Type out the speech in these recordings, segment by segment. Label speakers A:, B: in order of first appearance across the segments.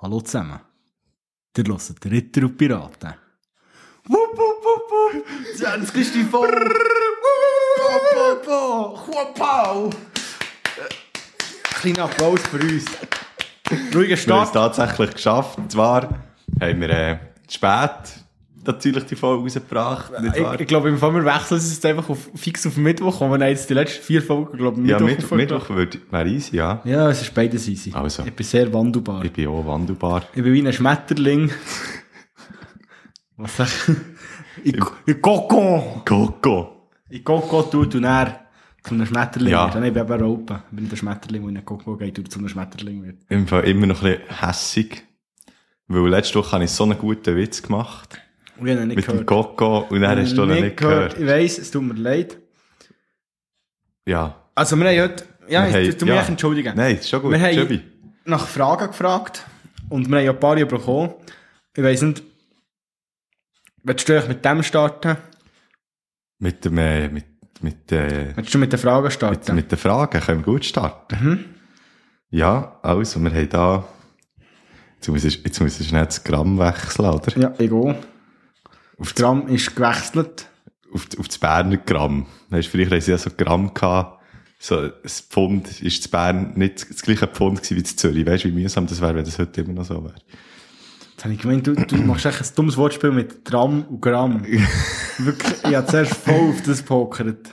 A: Hallo zusammen. Ihr hört Ritter und Piraten.
B: Wupp, wupp, wupp, wupp. 20 ist die Form. Wupp, wupp, wupp. Chuapau. Kleiner Applaus für uns.
A: Ruhiger
B: Wir haben es
A: Start.
B: tatsächlich geschafft. Und zwar haben wir äh, spät natürlich die Folge rausgebracht. Nicht wahr?
A: Ich, ich glaube, im Fall wir wechseln es jetzt einfach auf, fix auf Mittwoch und wir haben jetzt die letzten vier Folgen, glaube ich,
B: ja,
A: Mittwoch
B: Mittwoch,
A: aufgenommen.
B: Mittwoch wird- wäre easy, ja.
A: Ja, es ist beides easy.
B: Also.
A: Ich bin sehr wandelbar.
B: Ich bin auch wandelbar.
A: Ich bin wie ein Schmetterling. Was sag ich? Ich- Ich Koko!
B: Coco.
A: Ich Koko tut und er zu einem Schmetterling
B: Ja.
A: wird. Dann bin ich eben ein Raupe. Ich bin der Schmetterling, der in einen Koko geht und zu einem Schmetterling wird.
B: Im Fall immer noch ein bisschen hässig. Weil letzte Woche habe ich so einen guten Witz gemacht.
A: Und ich habe ihn nicht
B: mit
A: gehört.
B: dem Coco. Und dann hast du ihn nicht gehört.
A: Ich weiss, es tut mir leid.
B: Ja.
A: Also wir haben heute... Ja,
B: Wir
A: ich
B: haben-
A: tu mich
B: ja.
A: echt entschuldigen.
B: Nein, ist schon gut.
A: Wir haben-
B: Jobi.
A: Nach Fragen gefragt und wir haben ja ein paar bekommen. Ich weiss nicht... Willst du euch mit dem starten?
B: Mit dem, äh, mit, mit, äh,
A: Willst du mit den Fragen starten?
B: mit den Fragen können wir gut starten. Ja, also, wir haben da, jetzt muss ich, jetzt muss ich schnell das Gramm wechseln, oder?
A: Ja, ich auch.
B: Auf, das,
A: Tram ist gewechselt.
B: auf, auf das Berner Gramm. Weißt, du, vielleicht haben sie ja so Gramm gehabt. So, ein Pfund ist in Bern nicht das gleiche Pfund gewesen wie in Zürich. Weißt du, wie mühsam das wäre, wenn das heute immer noch so wäre?
A: Jetzt habe ich gemeint, du, du machst echt ein dummes Wortspiel mit Tram und Gramm. Wirklich, ich habe zuerst voll auf das pokert.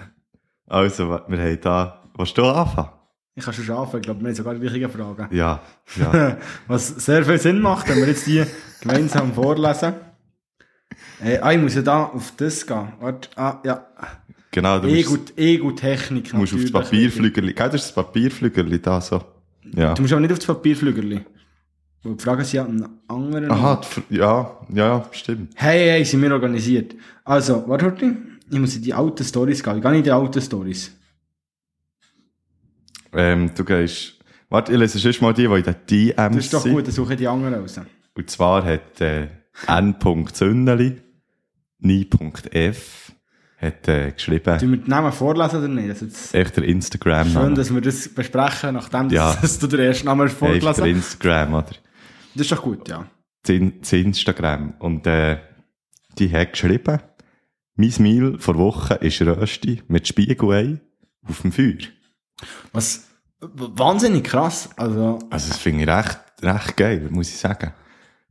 B: Also, wa- wir haben da, willst du anfangen?
A: Ich kann schon anfangen, ich glaube, wir haben sogar die gleichen Fragen.
B: Ja, ja.
A: Was sehr viel Sinn macht, wenn wir jetzt die gemeinsam vorlesen. Äh, ah, ich muss ja da auf das gehen. Warte, ah, ja.
B: genau, du musst,
A: Ego-Technik Ego Technik
B: musst auf das
A: Eh natürlich.
B: Papierflügerli, gell, das ist das Papierflügerli da, so. Ja.
A: Du musst aber nicht auf das Papierflügerli. Weil Die Fragen sind ja an einen anderen.
B: Aha, die Fr- ja, ja, stimmt.
A: Hey, hey, sind wir organisiert. Also, warte, warte. Ich muss in die alten Stories gehen. Ich gehe nicht in die alten Stories.
B: Ähm, du gehst. Warte, ich lese erst mal die, die in den DMs
A: Das ist doch
B: sind.
A: gut, dann suche ich die anderen raus.
B: Und zwar hat äh, n.zündeli, ni.f, hat äh, geschrieben,
A: Sollen wir die Namen vorlesen oder nicht? Also jetzt
B: echt der
A: schön,
B: Instagram-Name.
A: dass wir das besprechen, nachdem
B: Ja.
A: dass du den ersten Namen hast
B: Echt der
A: vorgelesen
B: Instagram, oder?
A: Das ist doch gut, ja.
B: Das In- das Instagram. Und äh, die hat geschrieben, mein Meal vor Woche ist Rösti mit Spiegelei auf dem Feuer.
A: Was w- wahnsinnig krass. Also,
B: Also das finde ich recht, recht geil, muss ich sagen.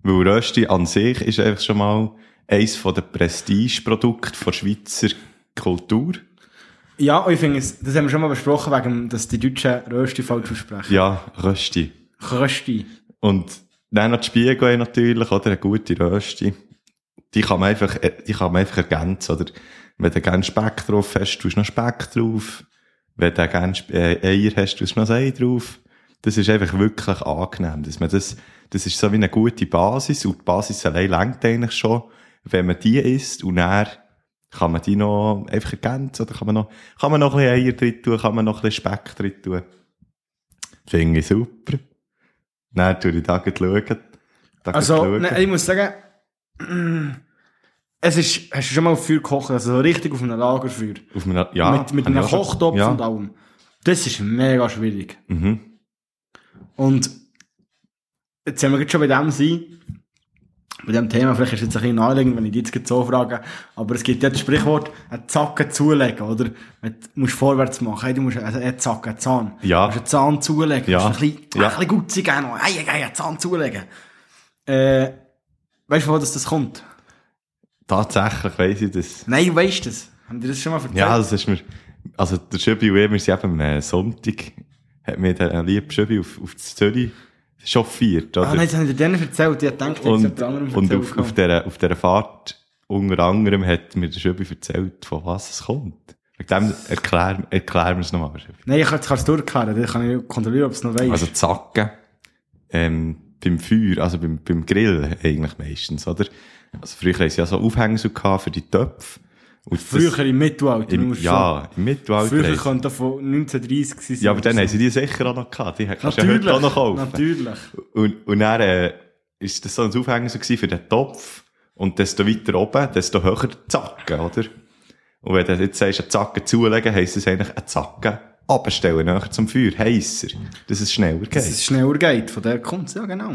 B: Weil Rösti an sich ist einfach schon mal eins von den Prestigeprodukten von Schweizer Kultur.
A: ja, und ich finde es, das haben wir schon mal besprochen, wegen, dem, dass die Deutschen Rösti falsch aussprechen.
B: Ja, Rösti.
A: Rösti.
B: Und dann noch die Spiegelei natürlich, oder? Eine gute Rösti. Die kann man einfach, äh, die kann man einfach ergänzen, oder? Wenn du gerne Speck drauf hast, tust du noch Speck drauf. Wenn du gerne Sp- äh, Eier hast, tust du noch ein Ei drauf. Das ist einfach wirklich angenehm, dass man das, das ist so wie eine gute Basis und die Basis allein lenkt eigentlich schon, wenn man die isst und dann kann man die noch einfach ergänzen, oder kann man noch, kann man noch ein bisschen Eier drin tun, kann man noch ein bisschen Speck drin tun. Finde ich super. Dann tue ich da gleich schauen. Da gleich
A: Also,
B: schauen.
A: ne, ich muss sagen, mm, es ist, hast du schon mal auf Feuer gekocht, also so richtig auf einem Lagerfeuer.
B: Auf einer, ja,
A: mit mit
B: hab ich
A: einem
B: auch schon-
A: Kochtopf
B: ja.
A: und allem. Das ist mega schwierig.
B: Mhm.
A: Und jetzt sind wir jetzt schon bei dem sein, bei dem Thema, vielleicht ist es jetzt ein bisschen naheliegend, wenn ich dich jetzt gerade so frage, aber es gibt ja das Sprichwort, einen Zacken zulegen, oder? Du musst vorwärts machen, hey, du musst also einen Zacken, einen Zahn. Du
B: Ja.
A: musst einen Zahn zulegen, du
B: Ja.
A: musst ein bisschen,
B: Ja.
A: ein bisschen gut sein, geben noch, hey, hey, einen Zahn zulegen. Äh, weißt du, wo das, das kommt?
B: Tatsächlich weiss ich das.
A: Nein, du weißt das. Haben dir das schon mal erzählt?
B: Ja, das ist mir, also der Schöbi und ich, wir sind eben am äh, Sonntag, hat mir der liebe Schöbi auf, auf das Zürich chauffiert, oder?
A: Ah, nein, das habe ich dir nicht erzählt. Ich dachte, ich hätte
B: und
A: es
B: und auf, auf, dieser, auf dieser Fahrt unter anderem hat mir der Schöbi erzählt, von was es kommt. Wegen dem erklär, erklären wir es nochmal, Schöbi.
A: Nein, ich kann es durchklären, dann kann ich kontrollieren, ob es noch weiss.
B: Also Zacken ähm, beim Feuer, also beim, beim Grill eigentlich meistens, oder? Also früher hatten sie ja so Aufhängsel gehabt für die Töpfe. Und das-
A: Früher im Mittelalter,
B: im,
A: musst du sagen.
B: ja, im Mittelalter.
A: Früher
B: haben sie-
A: könnte das von 1930 gewesen sein.
B: Ja, aber dann
A: oder
B: haben sie die sicher auch noch gehabt. Die kannst
A: so.
B: du ja heute
A: natürlich,
B: auch noch kaufen.
A: natürlich.
B: Und, und dann äh, ist das so ein Aufhängsel gewesen für den Topf. Und desto weiter oben, desto höher die Zacken, oder? Und wenn du jetzt sagst, einen Zacken zulegen, heisst das eigentlich einen Zacken abstellen, näher zum Feuer, heisser, dass es schneller geht.
A: Dass es schneller geht, von der kommt es, ja genau.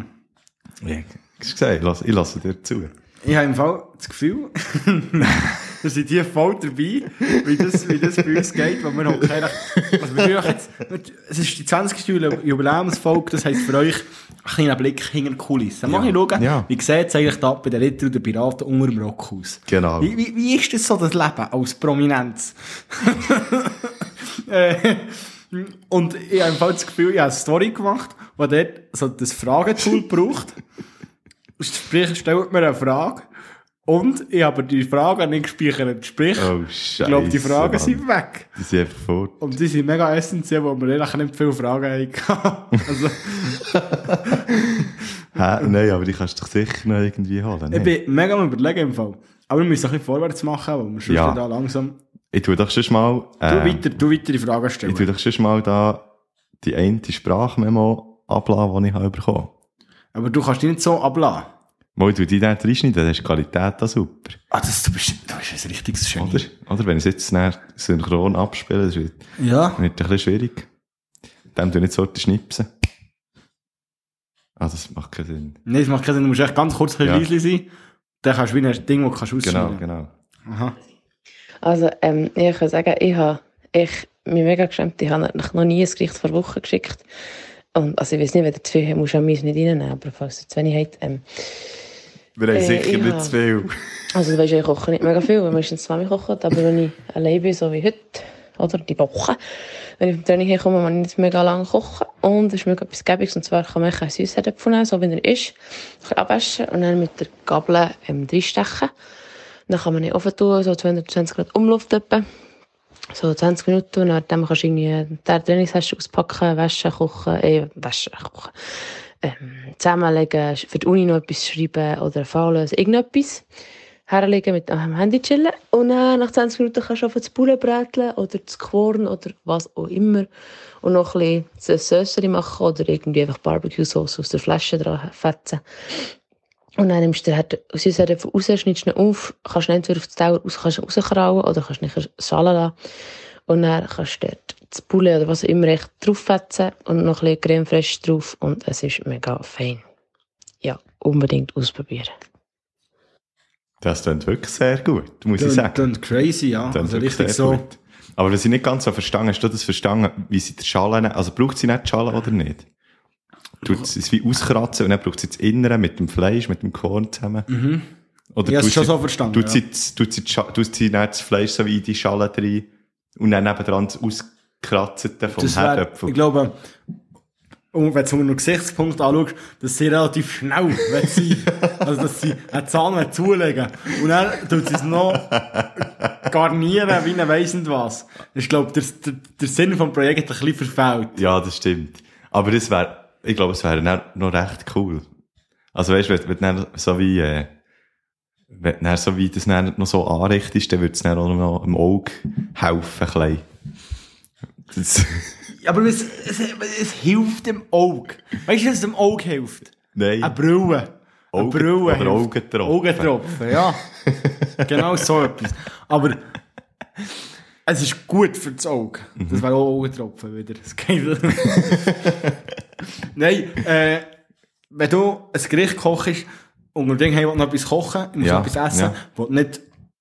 B: Ja, hast du gesehen, ich lasse, ich lasse dir zu.
A: Ich habe im Fall das Gefühl, wir sind hier voll dabei, wie das, wie dus das bei uns geht, weil wir hocken eigentlich- also wir tun jetzt, es ist die 20. Jul- Jubiläumsfolge, das heisst für euch ein kleiner Blick hinter die Kulissen. Dann Mach ich schauen,
B: Ja.
A: wie sieht es eigentlich da bei den Ritter und den Piraten unter dem Rock aus?
B: Genau.
A: Wie, wie, wie ist das so, das Leben als Prominenz? Äh, und ich habe im Fall das Gefühl, ich habe eine Story gemacht, wo dort so das Fragetool braucht. Sprich, stellt mir eine Frage. Und ich habe die Frage nicht gespeichert. Sprich,
B: Oh,
A: ich glaube, die
B: Scheisse,
A: Fragen
B: Mann.
A: sind weg.
B: Die sind einfach fort.
A: Und die sind mega essentiell, wo wir eigentlich nicht viele Fragen hatten. also,
B: Hä? Nein, aber die kannst du doch sicher noch irgendwie holen.
A: ich
B: Nee.
A: bin mega am überlegen im Fall. Aber wir müssen ein bisschen vorwärts machen, weil wir sonst
B: Ja.
A: da langsam...
B: Ich tu doch schon mal,
A: Du
B: äh,
A: weiter, du weiter die Fragen
B: ich tu
A: stellen.
B: doch schon mal da die eine Sprachmemo abladen, die ich habe bekommen.
A: Aber du kannst die nicht so abladen.
B: Mal, du die dann reinschneiden, dann ist die Qualität da super.
A: Ah, das, du, bist, du bist ein richtiges Genie.
B: Oder? Oder wenn ich es jetzt dann synchron abspiele, das wird,
A: Ja.
B: wird ein bisschen schwierig. Dann tu ich nicht so schnipsen. Ah, das macht keinen Sinn.
A: Nein, das macht keinen Sinn. Du musst echt ganz kurz ein
B: Ja.
A: bisschen leise sein. Dann kannst du wie ein Ding, das kannst du
B: Genau,
A: ausschneiden.
B: genau.
A: Aha.
C: Also, ähm, ich kann sagen, ich habe ich, mich mega geschämt. Ich habe euch noch nie ein Gericht vor Wochen geschickt. Und, also, ich weiß nicht, wenn ihr zu viel habt, musst du an mich nicht reinnehmen. Aber falls ihr zu wenig habt, ähm,
B: Wir haben
C: Äh,
B: sicher
C: ich
B: nicht
C: hab-
B: zu viel.
C: also, du weißt, ich koche nicht mega viel, weil meistens Mami kocht. Aber wenn ich allein bin, so wie heute, oder die Woche, wenn ich vom Training herkomme, kann ich nicht mega lange kochen. Und es ist mega etwas Gäbiges. Und zwar kann man einen Süßherdöpfel nehmen, so wie er ist, ein bisschen abwaschen und dann mit der Gabel ähm, reinstechen. Dann kann man ihn offen tun, so 220 Grad Umluft etwa. So 20 Minuten, und dann kannst du irgendwie den Trainingshäscher auspacken, waschen, kochen, äh, waschen, kochen. Ähm, zusammenlegen, für die Uni noch etwas schreiben oder Dus faulen, irgendetwas. Herlegen mit am Handy chillen Oh und dann nach 20 Minuten kannst du auf das Bulle bräteln oder das Korn oder was auch immer und noch ein bisschen Sösserli machen oder irgendwie einfach Barbecue-Sauce aus der Flasche dran fetzen. Und dann nimmst du den Herd- aus unserer Herd raus, schneidest ihn auf, kannst ihn entweder auf die Dauer raus, kannst ihn rauskrauen oder kannst ihn schalen lassen. Und dann kannst du dort das Poulet oder was auch immer echt drauffetzen und noch ein bisschen Creme fraiche drauf und es ist mega fein. Ja, unbedingt ausprobieren.
B: Das klingt wirklich sehr gut, muss ich
A: Tönt-
B: sagen.
A: tönt crazy, ja.
B: Dann
A: also
B: ist
A: richtig
B: sehr
A: so.
B: gut. Aber was ich nicht ganz so verstanden hast du das verstanden, wie sie die Schale nehmen? Also braucht sie nicht die Schale oder nicht? Tut sie es wie auskratzen und dann braucht sie das Innere mit dem Fleisch, mit dem Korn zusammen? Oder
A: Ich habe Mhm.
B: tut
A: es schon
B: sie-
A: so verstanden.
B: Tut
A: ja.
B: sie, das- tut sie, die Scha- tut sie dann das Fleisch so wie in die Schale rein und dann nebendran das Auskratzte vom
A: das wär, ich
B: Herdöpfel.
A: glaube, und wenn du nur einen Gesichtspunkt anschaust, dass sie relativ schnell will sein Also, dass sie einen Zahn will zulegen Und dann tut sie es noch garnieren, wie ein weiss nicht was. Ich glaube, der, der, der Sinn vom Projekt hat ein bisschen verfehlt.
B: Ja, das stimmt. Aber das wäre, ich glaube, es wäre dann noch recht cool. Also weißt du, wenn, wenn dann so wie, äh, wenn dann so wie das dann noch so anrichtest, dann würde es dann auch noch im Auge helfen, klein. Das,
A: Aber es, es, es hilft dem Auge. Weißt du, was dem Auge hilft?
B: Nein.
A: Eine Brille. Eine
B: Augen-
A: Brille
B: oder
A: hilft.
B: Augentropfen.
A: Augentropfen, ja. genau so etwas. Aber es ist gut für das Auge. Das
B: Mhm.
A: wäre auch Augentropfen wieder. Das geht. Nein, äh, wenn du ein Gericht kochst und du denkst, hey, ich will noch etwas kochen, ich muss
B: Ja,
A: noch etwas essen,
B: ja. Mhm,
A: will nicht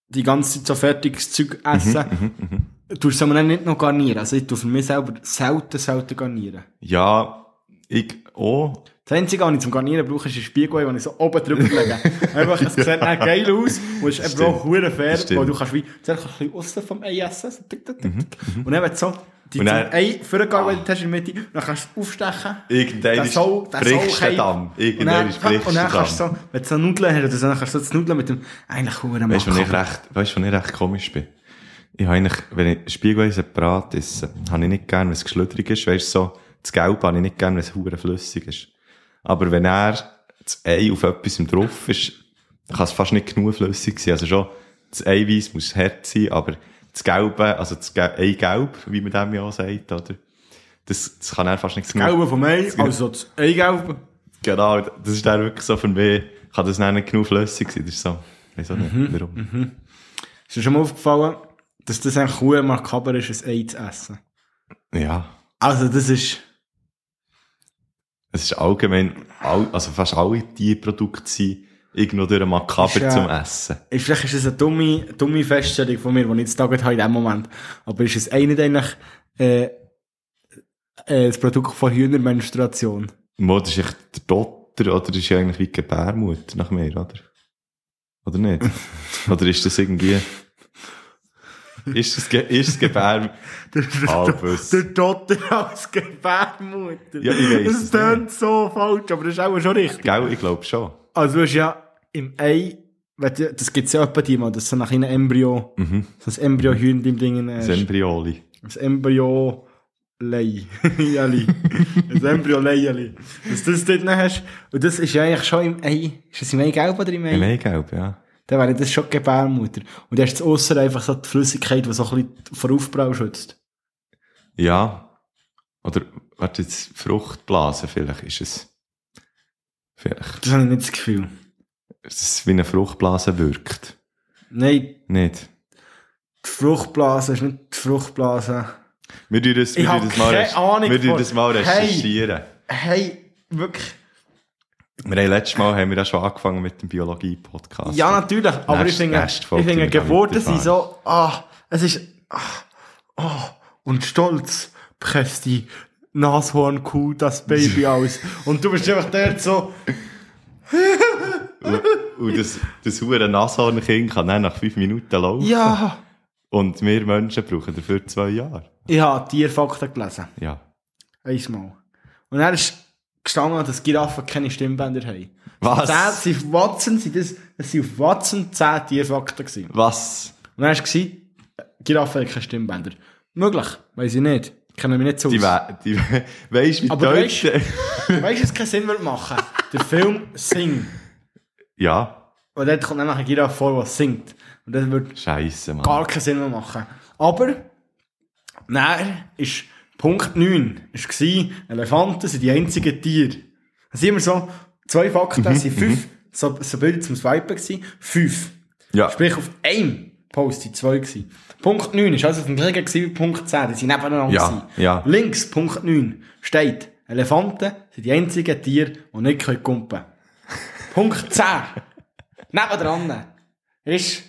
A: die ganze Zeit so fertiges Zeug essen, Du es aber nicht noch garnieren. Also ich tue für mich selber selten, selten garnieren.
B: ja, ich oh, auch.
A: Das Einzige, was ich zum Garnieren brauche, ist ein Spiegel, den ich so oben drüber lege. Einfach, es sieht dann geil aus und es ist eben
B: Stimmt.
A: auch verdammt fair,
B: Stimmt. Mhm,
A: weil du kannst wie, zuerst kannst du ein bisschen aussen vom Ei essen, so tick, tick, tick, tick. und dann wenn du so die zum
B: Und dann- Ah.
A: Ei vorgearbeitet hast in der Mitte, dann kannst du es aufstechen.
B: Irgendwann
A: Der
B: ist-
A: Soul- der
B: brichst
A: Soul
B: den Damm.
A: kommt.
B: Irgendwann
A: Und dann-
B: ist- brichst
A: Und dann
B: den
A: kannst du
B: Damm.
A: so, wenn du so Nudeln hast, oder so, dann kannst du so das Nudeln mit dem, eigentlich verdammt
B: Weißt du, was ich
A: machen.
B: recht, weißt, du, was ich recht komisch bin? Ich habe eigentlich, wenn ich Spiegelei separat esse, habe ich nicht gern, wenn es geschlüdrig ist. Weißt du, so, das Gelb habe ich nicht gern, wenn es hure flüssig ist. Aber wenn er das Ei auf etwas drauf ist, kann es fast nicht genug flüssig sein. Also schon, das Eiweiß muss hart sein, aber das Gelbe, also das Ge Eigelb, wie man dem ja auch sagt, oder? Das, das kann er fast nicht genug.
A: Gelbe vom Ei, also das Eigelbe.
B: Genau, das ist dann wirklich so für mich, kann das dann nicht genug flüssig sein. Das ist so, wieso nicht, warum?
A: Ist dir schon mal aufgefallen, dass das eigentlich cool makaber ist, ein Ei zu essen?
B: Ja.
A: Also, das ist.
B: Es ist allgemein, all, also fast alle Tierprodukte sind irgendwo durch makaber
A: Ist ja-
B: zum Essen.
A: Ist, vielleicht ist es eine dumme, dumme Feststellung von mir, die ich jetzt da gerade habe in dem Moment. Aber ist es eigentlich eigentlich äh, äh, das Produkt von Hühnermenstruation?
B: Mo, das ist echt der Dotter, oder? Das ist ja eigentlich wie die Gebärmutter nach mir, oder? Oder nicht? oder ist das irgendwie... Ist das, Ge ist das Gebär... Ah, Halbes.
A: Der Dotter als Gebärmutter.
B: Ja, ich weiss
A: Das
B: es
A: klingt so falsch, aber das ist auch schon richtig.
B: Gell, ich glaube schon.
A: Also du hast ja im Ei, wenn du- das gibt es ja etwa die mal, das ist so nach einem Embryo,
B: Mhm.
A: so ein Embryo-Hühn im Ding.
B: Das
A: Äh,
B: Embryoli.
A: Das Embryo Lei. Jeli. Das Embryo Dus Leieli. Dass du das dort noch hast. Und das ist ja eigentlich schon im Ei. Ist das im Ei gelb oder im Ei?
B: Im Eigelb, ja.
A: Dann wäre das schon die Gebärmutter. Und dann hast du außer einfach so die Flüssigkeit, die so ein bisschen vor Aufbrau schützt.
B: Ja. Oder, warte jetzt, Fruchtblase vielleicht ist es. Vielleicht.
A: Das habe ich nicht das Gefühl.
B: Dass es wie eine Fruchtblase wirkt.
A: Nein,
B: Nicht?
A: die Fruchtblase ist nicht die Fruchtblase.
B: Wir tun das, wir
A: hab
B: tun das mal,
A: keine
B: recht-
A: Ahnung
B: wir tun
A: von-
B: das mal
A: Hey.
B: recherchieren.
A: Hey, wirklich.
B: Wir haben letztes Mal haben wir ja schon angefangen mit dem Biologie-Podcast.
A: Ja, natürlich. Aber
B: Nächste-
A: ich finde,
B: nächste
A: ich
B: Folge
A: finde
B: sind wir
A: Geburten
B: damit
A: sind so, ah, es ist, ah, ah, und stolz presst die Nashornkuh das Baby aus. Und du bist einfach dort so,
B: Und das, das hure Nashornkind kann dann nach fünf Minuten laufen.
A: ja.
B: Und wir Menschen brauchen dafür zwei Jahre.
A: Ich habe Tierfakten gelesen.
B: Ja.
A: Einmal. Und er ist gestanden, dass Giraffen keine Stimmbänder haben.
B: Was?
A: Zehn, sie auf Watson, sind das, es sind auf Watson zehn Tierfakten gewesen.
B: Was?
A: Und er war, Giraffen haben keine Stimmbänder. Möglich, weiß ich nicht. Kennen mich nicht so
B: Die,
A: aus.
B: wär- die, weißt du, wie
A: Aber
B: deutsch.
A: Weißt du, es keinen Sinn wird machen? Der Film Sing.
B: Ja,
A: Und dort kommt dann nachher Giraffe vor, der singt. Und das würde
B: scheiße, Mann.
A: gar keinen Sinn mehr machen. Aber, nein, ist Punkt 9 ist gewesen, Elefanten sind die einzigen Tiere. Das sind immer so, zwei Fakten, das sind fünf, so, so Bilder zum Swipen gewesen, fünf.
B: Ja.
A: Sprich, auf einem Post sind zwei gewesen. Punkt 9 ist also auf dem gleichen gewesen wie Punkt 10, die sind nebeneinander
B: Ja,
A: gewesen.
B: ja.
A: Links, Punkt 9, steht, Elefanten sind die einzigen Tiere, die nicht können kumpen können. Punkt 10, nebendran, ist,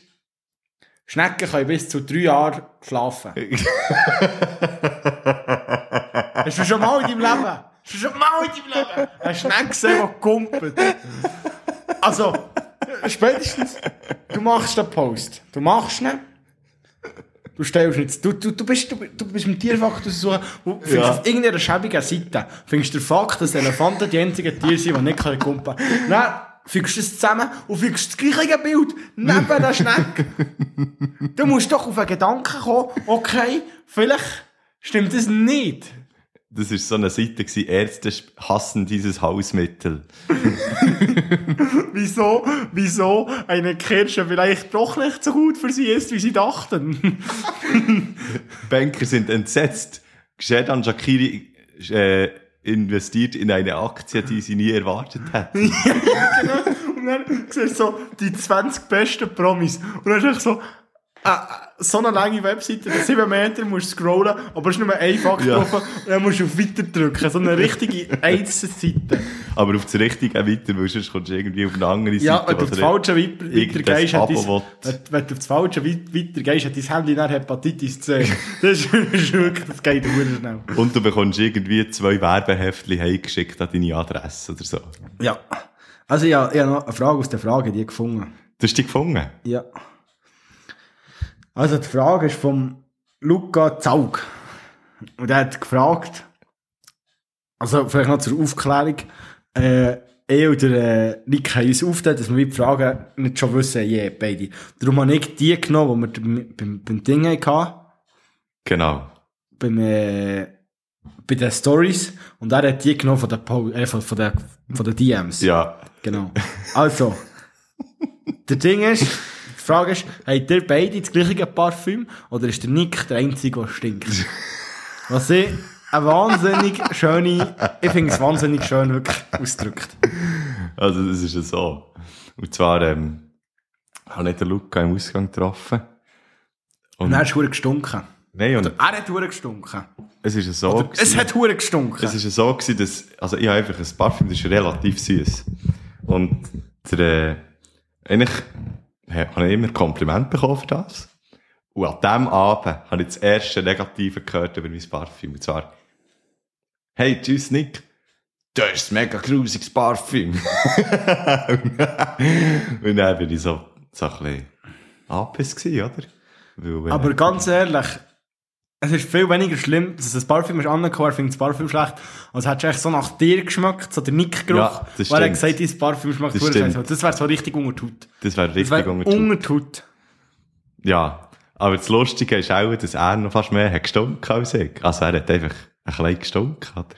A: Schnecken können bis zu drei Jahre schlafen. Hast du schon mal in deinem Leben? Hast du schon mal in deinem Leben? Eine Schnecke gesehen, die kumpelt? Also, spätestens, du machst den Post. Du machst ihn. Du stellst ihn jetzt. Du, du, du, bist, du, du bist im Tierfakt suchen. Du findest
B: Ja.
A: auf irgendeiner schäbigen Seite findest den Fakt, dass Elefanten die einzigen Tiere sind, die nicht können kumpen können. Dann fügst du es zusammen und fügst das gleiche Bild neben der Schnecke. Du musst doch auf einen Gedanken kommen, okay, vielleicht stimmt es nicht.
B: Das war so eine Seite, gewesen, Ärzte sp- hassen dieses Hausmittel.
A: Wieso, wieso eine Kirsche vielleicht doch nicht so gut für sie ist, wie sie dachten.
B: Banker sind entsetzt. Geshedan Shakiri äh, investiert in eine Aktie, die sie nie erwartet hätten.
A: Und dann siehst du so die 20 besten Promis. Und dann ist echt so, äh, so eine lange Webseite, 7 Meter musst du scrollen, aber es ist nur ein Fakt
B: Ja.
A: offen. Und dann musst du auf Weiter drücken. So eine richtige Einzelseite.
B: Aber auf das Richtige auch weiter, weil sonst kommst du irgendwie auf eine andere Seite.
A: Ja, wenn du
B: wo
A: auf das
B: dir-
A: falsche Weit-
B: irgendein
A: weitergehst, hat
B: Abo
A: dein,
B: will.
A: wenn, wenn du auf das falsche Weit- weitergehst, hat dein Handy dann Hepatitis C. Das ist wirklich, das geht sehr schnell.
B: Und du bekommst irgendwie zwei Werbeheftchen heimgeschickt an deine Adresse oder so.
A: Ja. Also ich habe, ich habe noch eine Frage aus der Frage, die ich gefunden
B: Du hast die gefunden?
A: Ja. Also die Frage ist vom Luca Zaug. Und er hat gefragt, also vielleicht noch zur Aufklärung, äh, ich oder äh, Nick haben uns aufgeteilt, dass wir die Fragen nicht schon wissen, je, beide. Darum habe ich die genommen, die wir beim, beim Ding hatten,
B: Genau.
A: beim, äh, bei den Stories, und er hat die genommen von den, Po- äh, von, von den, von den DMs.
B: Ja.
A: Genau. Also, der Ding ist, die Frage ist, habt ihr beide das gleiche Parfüm oder ist der Nick der Einzige, der stinkt? Was ich eine wahnsinnig schöne, ich finde es wahnsinnig schön wirklich ausgedrückt.
B: Also das ist ja so. Und zwar ähm, habe ich den Luca im Ausgang getroffen.
A: Und dann hast du verdammt gestunken.
B: Nein, und
A: Er hat hure gestunken.
B: es ist so.
A: Oder, es
B: gewesen.
A: hat hure gestunken.
B: Es ist so gewesen, dass, also ich habe einfach ein Parfüm, das ist relativ süß. Und der, äh, eigentlich äh, habe ich immer Kompliment bekommen für das. Und an diesem Abend habe ich das erste Negative gehört über mein Parfüm. Und zwar, hey, tschüss Nick, das ist ein mega grusiges Parfüm. Und dann bin ich so, so ein bisschen angepisst gewesen, oder? Weil, äh,
A: Aber ganz ehrlich, es ist viel weniger schlimm, dass das Parfüm ist angekommen, er findet das Parfüm schlecht, als hättest du echt so nach dir geschmeckt, so der Nickgeruch,
B: Ja, das
A: weil er
B: stimmt.
A: gesagt hat, dein Parfüm schmeckt
B: Das
A: hure
B: stimmt.
A: scheiße. Das wäre so richtig unter die Haut.
B: das wäre
A: Das
B: richtig
A: wäre
B: unter die Haut.
A: unter die Haut.
B: Ja, aber das Lustige ist auch, dass er noch fast mehr hat gestunken als ich. Also er hat einfach ein klein gestunken. Oder?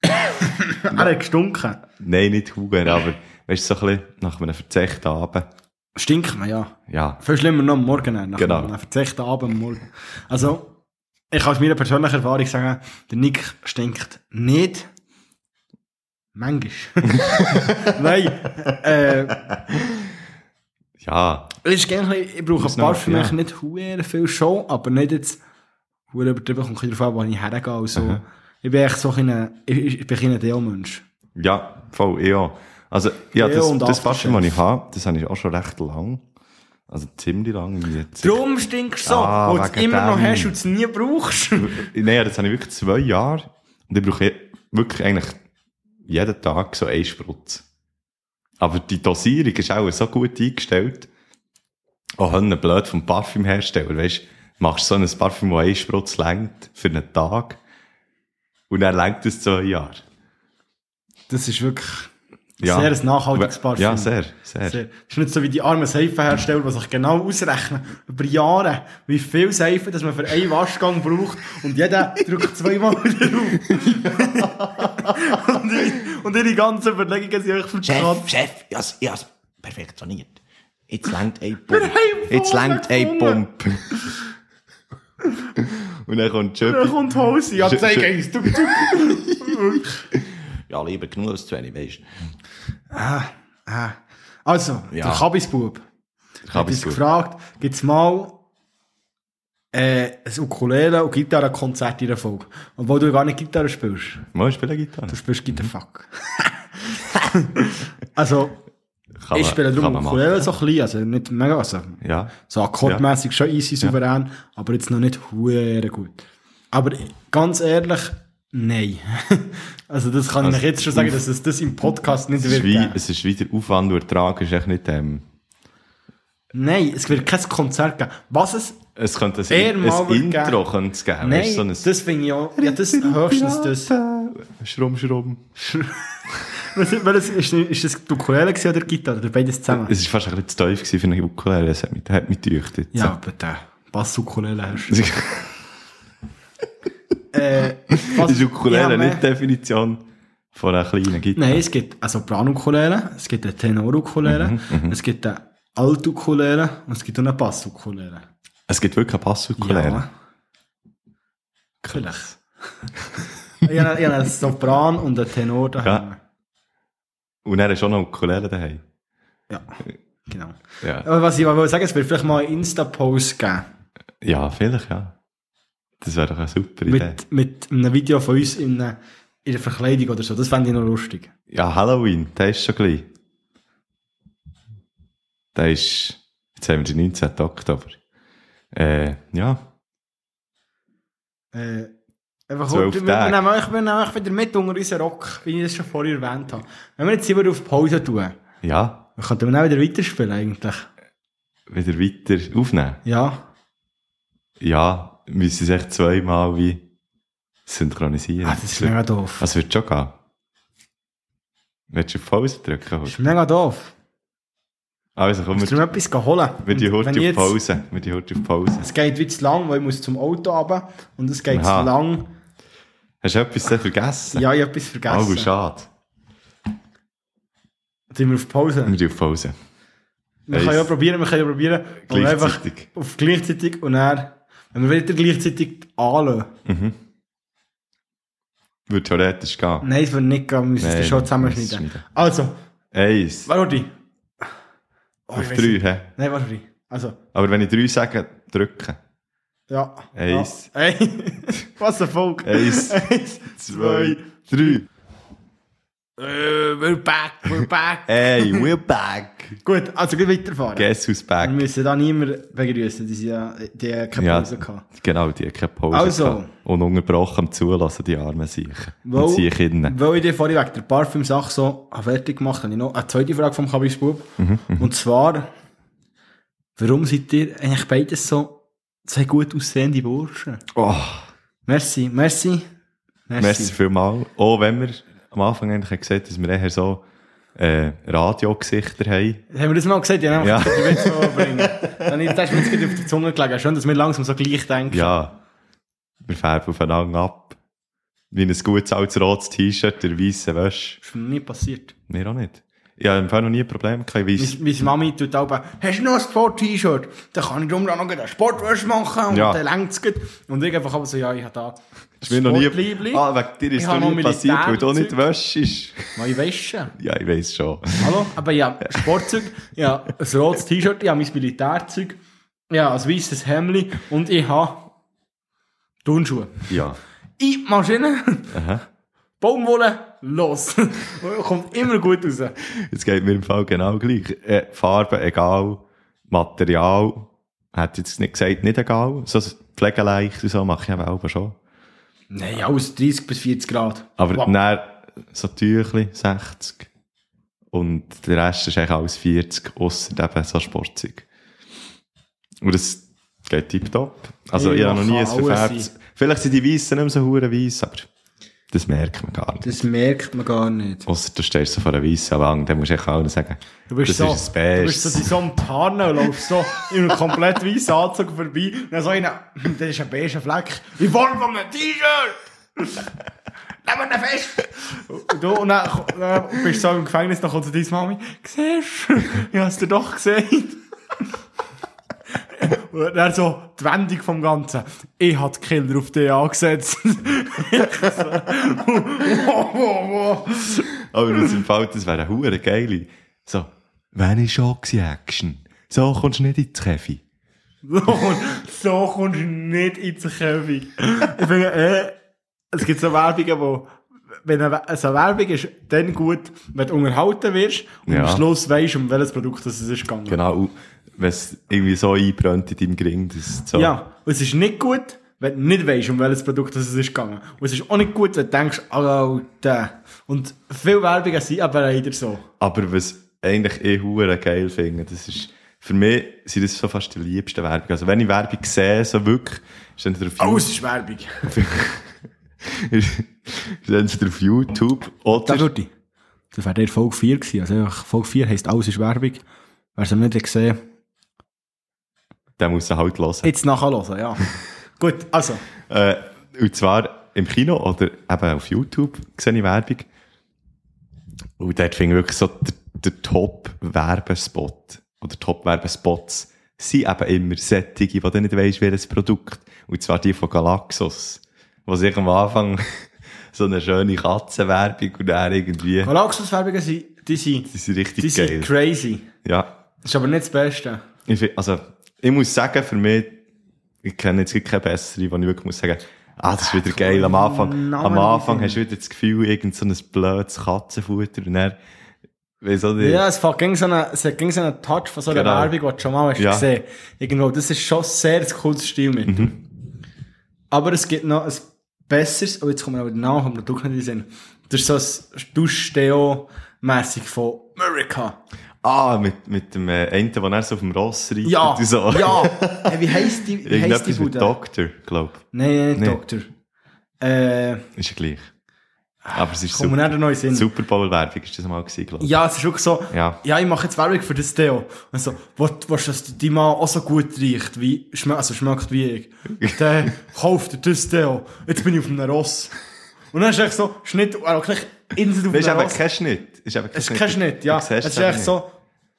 A: Er hat gestunken.
B: Nein, nicht Hugen, aber weißt du, so ein bisschen nach einem verzechten Abend.
A: Stinkt man, ja.
B: Ja,
A: Viel schlimmer noch am Morgen. Nach
B: Genau.
A: Einem verzechten Abend am Morgen. Also, ich kann aus meiner persönlichen Erfahrung sagen, der Nick stinkt nicht. Manchmal. Nein, äh,
B: ja,
A: Es ist gerne, ein bisschen- ich brauche
B: Muss
A: ein paar
B: noch,
A: für
B: ja.
A: mich nicht hure viel schon, aber nicht jetzt hure übertrieben, kommt ein bisschen darauf an, wo ich hergehe. Also,
B: Aha.
A: ich bin echt so ein bisschen- ich, ich ich bin ein Deo-Mensch.
B: ja, voll, ich auch. Also ja,
A: Ich
B: das,
A: und
B: das Parfüm, das
A: Aftershave.
B: ich habe, das habe ich auch schon recht lang. Also ziemlich lang. wie jetzt.
A: Drum stinkst du so,
B: Ah,
A: weil du es
B: wegen
A: immer noch
B: dem.
A: hast und es nie brauchst.
B: Nein, das habe ich wirklich zwei Jahre und ich brauche je- wirklich eigentlich jeden Tag so einen Spritz. Aber die Dosierung ist auch so gut eingestellt. Auch wenn blöd vom Parfümhersteller, weißt machst so ein Parfüm, das einen Spritz längt für einen Tag und dann längt es zwei Jahre.
A: Das ist wirklich
B: Ja.
A: sehr ein nachhaltiges Parfüm.
B: Ja, sehr, sehr.
A: Sehr. Das ist nicht so wie die armen Seifenhersteller, die sich genau ausrechnen, über Jahre, wie viel Seife dass man für einen Waschgang braucht und jeder drückt zweimal drauf. und, ich- und ihre ganzen Überlegungen sind einfach verstanden.
D: Chef, Chef, ich has, ich has perfektioniert. Jetzt längt ein
B: Pump.
A: haben
B: Jetzt
A: vorne
B: längt ein
A: gefunden.
B: Pump. und dann kommt
A: Da
B: Schöppi.
A: kommt Hose. Ja,
B: Sch-
A: zeig
B: sch-
A: eins. Du, du.
D: Ja, lieber genug als zu wenig, weißt
A: Ah. Also,
D: Ja.
A: der Kabisbub
B: Ich
A: hat
B: habe
A: uns
B: es gut.
A: gefragt, gibt es mal äh, ein Ukulele- und Gitarrenkonzert in der Folge? Obwohl du gar nicht Gitarre spielst.
B: Mal spielen Gitarre.
A: Du spielst Gitarrefuck. also,
B: Kann
A: ich
B: man-
A: spiele
B: kann
A: drum
B: man
A: Ukulele so klein, also nicht mega, also
B: machen. Ja.
A: so akkordmäßig schon easy souverän, aber jetzt noch nicht hure gut. Aber ganz ehrlich, nein. also das kann ich
B: Also,
A: euch jetzt schon sagen, dass es das im Podcast nicht
B: Es ist,
A: wird.
B: wie,
A: geben.
B: es ist wie der Aufwand und Ertrag ist echt nicht ähm,
A: Nein, es wird kein Konzert geben. Was es.
B: Es könnte ein,
A: Eher
B: ein
A: mal wird
B: Intro
A: geben.
B: könnte es geben.
A: Nein,
B: weißt du, so ein
A: das finde ich ja. Ja, das höchstens das.
B: Schrumm, schrumm.
A: Was- Welches ist, ist das die Ukulele gewesen oder die Gitarre? Oder beides zusammen?
B: Es war fast ein bisschen zu tief gewesen für eine Ukulele. Es hat mich, hat mich getäuscht jetzt.
A: Ja, bitte. Bass-Ukulele hast
B: Also,
A: du. äh,
B: Das ist Ukulele,
A: mehr-
B: nicht die Definition von einer kleinen Gitarre.
A: Nein, es gibt also Branukulele, es gibt eine Tenorukulele,
B: Mhm,
A: es gibt eine Altukulele und es gibt auch eine Bassukulele.
B: Es gibt wirklich eine Bassukulele.
A: Ja. Vielleicht. ich habe ich habe einen Sopran und einen Tenor daheim.
B: Und er ist auch noch eine Ukulele daheim.
A: Ja. Genau.
B: Ja.
A: Aber was ich wollte sagen, es wird vielleicht mal einen Insta-Post geben.
B: ja, vielleicht, ja. Das wäre doch eine super Idee.
A: Mit, mit einem Video von uns in, einer- in der Verkleidung oder so. Das fände ich noch lustig.
B: Ja, Halloween, der ist schon gleich. Der ist, jetzt haben wir den 19. Oktober. Äh, ja,
A: Äh, einfach
B: Zwölf
A: gut, wir, wir,
B: Tage.
A: nehmen euch, wir nehmen euch wieder mit unter unseren Rock, wie ich das schon vorher erwähnt habe. Wenn wir jetzt immer auf Pause tun,
B: ja,
A: dann könnten wir auch wieder weiterspielen eigentlich.
B: wieder weiter aufnehmen.
A: Ja.
B: Ja, müssen es echt zweimal wie synchronisieren.
A: Ah, das ist mega doof.
B: Also wird schon gehen. Willst du auf Pause drücken?
A: Das ist mega doof.
B: Also komm,
A: Musst du
B: wir,
A: mir etwas holen?
B: wir die
A: Und wenn
B: Hurti
A: ich
B: auf
A: jetzt-
B: Pause. Wir die Hurti auf Pause.
A: Es geht wie zu lang, weil ich muss zum Auto runter und es geht
B: Aha.
A: zu lang.
B: Hast du etwas sehr vergessen?
A: Ja, ich habe etwas
B: Oh,
A: vergessen.
B: schade.
A: Sind wir auf Pause?
B: Wir die auf Pause.
A: Wir können ja
B: Eins.
A: probieren, wir können ja probieren. Und einfach
B: Gleichzeitig.
A: auf gleichzeitig und dann, wenn wir wieder gleichzeitig anlösen.
B: Würde theoretisch gehen.
A: Nein, es wird nicht gehen, wir müssen
B: Nein,
A: es schon
B: wir müssen es
A: zusammenschneiden.
B: schneiden.
A: Also,
B: Eins.
A: warte. Oh, ich
B: Auf
A: weiss
B: drei,
A: nicht.
B: hä?
A: Nein, warte. Also,
B: Aber wenn ich drei sage, drücken.
A: ja.
B: Eins.
A: Ja. Ey. Was ein Volk.
B: Eins.
A: Eins.
B: Zwei, drei.
A: Äh, we're back, we're back.
B: Ey, we're back.
A: Gut, also gehen wir weiterfahren.
B: Guess who's
A: Wir
B: back?
A: müssen da niemanden begrüßen, die sind ja, die haben keine
B: Ja.
A: Pause gehabt.
B: Genau, die hat keine Pause.
A: Also.
B: gehabt. Ununterbrochen am Zulassen, die armen Siechen.
A: Wo-
B: Und Siechen innen.
A: Weil ich dir vorhin wegen der Parfümsache so ah, fertig gemacht habe, habe ich noch eine zweite Frage vom Kabisbub.
B: Mhm,
A: Und zwar, warum seid ihr eigentlich beides so zwei gut aussehende Burschen?
B: Oh,
A: Merci, merci.
B: merci vielmals. Auch wenn wir am Anfang eigentlich gesehen dass wir eher so äh, Radiogesichter haben.
A: Haben wir das mal gesagt? Ja,
B: Ja.
A: ja. Ich will es mal bringen. Dann ist das mir jetzt gerade auf die Zunge gelegen. Schön, dass wir langsam so gleich denken.
B: Ja, wir färben aufeinander ab. Wie ein gutes altes rotes T-Shirt, der weiße Wäsche.
A: Das ist mir nie passiert.
B: Mir auch nicht. Ich habe im Fall noch nie ein Problem gehabt. Ich weiss-
A: Meine, meine Mami tut auch hast du noch ein Sport-T-Shirt? Dann kann ich darum auch noch einen Sportwäsche machen und
B: Ja.
A: dann längt es Und ich einfach aber so, ja, ich habe da
B: ist mir noch nie.
A: Sportleibli.
B: Ah, wegen dir ist
A: Ich
B: es
A: habe
B: noch nie
A: noch
B: passiert, weil du auch nicht
A: Militärzeug.
B: wäschst.
A: meine Wäsche.
B: Ja, ich weiß schon.
A: Hallo? Aber ja, Sportzeug, ja, ein rotes T-Shirt, ja, mein Militärzeug, ja, ein weißes Hemd und ich habe Turnschuhe.
B: Ja.
A: In die Maschine,
B: Aha.
A: Baumwolle, los. Kommt immer gut raus.
B: Es geht mir im Fall genau gleich. Äh, Farbe egal, Material, hätte jetzt nicht gesagt, nicht egal. So pflegeleicht und so mache ich eben auch schon.
A: Nein, alles 30 bis 40 Grad.
B: Aber
A: Wow.
B: dann so Tüchli, 60. Und der Rest ist eigentlich alles 40, ausser eben so Sportzeug. Und das geht tiptop. Also ich,
A: Ja,
B: habe noch nie
A: kann
B: ein
A: alles
B: verfärbtes...
A: sein.
B: Vielleicht sind die Weißen nicht mehr so hure weiss, aber das merkt man gar nicht.
A: Das merkt man gar nicht.
B: Ausser du stehst so vor einer weißen Wand, dann musst du echt allen sagen,
A: Du bist
B: das
A: so,
B: ist das
A: du bist so
B: Beste.
A: die so am Tarnen und läufst so in einem komplett weißen Anzug vorbei. Und dann so einer, das ist ein beiger Fleck, in Form von einem T-Shirt. Nehmen wir den fest. Und du, und dann, dann bist du so im Gefängnis, dann kommt zu deiner Mami, siehst du, ich hab's dir doch gesehen. Und dann so die Wendung vom Ganzen. Ich hab die Killer auf dich angesetzt. wow, wow, wow.
B: Aber das im Fall, das wäre eine hure geile. So, wenn ich schon Action. So kommst du nicht in die Käfig.
A: So, so kommst du nicht ins Käfig. Ich finde, äh, es gibt so Werbungen, wo, wenn eine, We- so eine Werbung ist, dann gut, wenn du unterhalten wirst und
B: Ja.
A: am Schluss weißt, um welches Produkt es ist gegangen.
B: Genau, und wenn es irgendwie so einbrennt in deinem Gring, das so.
A: Ja, und es ist nicht gut, wenn du nicht weißt, um welches Produkt es ist gegangen. Und es ist auch nicht gut, wenn du denkst, Alter. Und viele Werbungen sind aber leider so.
B: Aber was eigentlich eh hure geil finde, das ist, für mich sind das so fast die liebsten Werbung. Also wenn ich Werbung sehe, so wirklich, ist dann auf
A: Oh, es ist Werbung.
B: YouTube, ist dann so auf YouTube, oder?
A: würde ich. Das wäre der Folge 4 gewesen. Also einfach, Folge 4 heisst, alles ist Werbung. Wer es noch nicht gesehen hat,
B: Dann muss er halt hören.
A: Jetzt nachhören, ja. Gut, also.
B: Äh, und zwar im Kino oder eben auf YouTube sehe ich Werbung. Und dort finde ich wirklich so der, der Top-Werbespot oder Top-Werbespots sind eben immer Sättige, wo du nicht weisst, welches Produkt. Und zwar die von Galaxos, wo sich am Anfang so eine schöne Katzenwerbung und dann irgendwie...
A: Galaxus-Werbungen sind, die sind,
B: Die sind richtig
A: die
B: geil.
A: sind crazy.
B: ja.
A: Das ist aber nicht das Beste.
B: Ich, fi- also, ich muss sagen, für mich, ich kenne jetzt keine bessere, wo ich wirklich muss sagen, ah, das ist wieder geil. Am Anfang,
A: Äh, Namen
B: am Anfang
A: nicht
B: hast du wieder das Gefühl, irgend so ein blödes Katzenfutter und dann, weiss auch nicht.
A: Ja, es fängt gegen so einen, es hat gegen so einen Touch von so einer
B: Genau.
A: Werbung, die du schon mal hast
B: Ja. Mhm.
A: gesehen Irgendwo. Das ist schon sehr ein cooles Stilmittel. Aber es gibt noch ein besseres, oh, jetzt kommen wir aber nach, aber du kannst nicht sehen. Das ist so ein Duschsteo-mässig von America.
B: Ah, mit, mit dem äh, einen, der dann so auf dem Ross reitet
A: Ja,
B: und so.
A: ja. Hey, wie heisst die, wie heisst die
B: Irgendetwas mit
A: Bude?
B: Doktor, glaub
A: Nein, nein, nicht
B: Nee.
A: Doktor. Äh,
B: Ist ja gleich. Aber es ist
A: kommen wir
B: super.
A: nicht noch in den Sinn.
B: Super Bowl-Werbung ist das mal gewesen, glaub
A: Ja, es ist wirklich so,
B: Ja.
A: ja, ich mache jetzt Werbung für das Theo. Und so, willst willst du, dass dein Mann auch so gut riecht, wie, schme also schmeckt wie ich? Dann kauft er das Theo. Jetzt bin ich auf einem Ross. Und dann ist echt so, Schnitt, also gleich Insel auf
B: Es ist
A: einem
B: eben
A: Ross.
B: kein Schnitt. Es ist eben
A: es ist kein Schnitt, ja.
B: Du
A: Es
B: siehst
A: ist
B: Mhm. eben
A: echt
B: nicht.
A: so,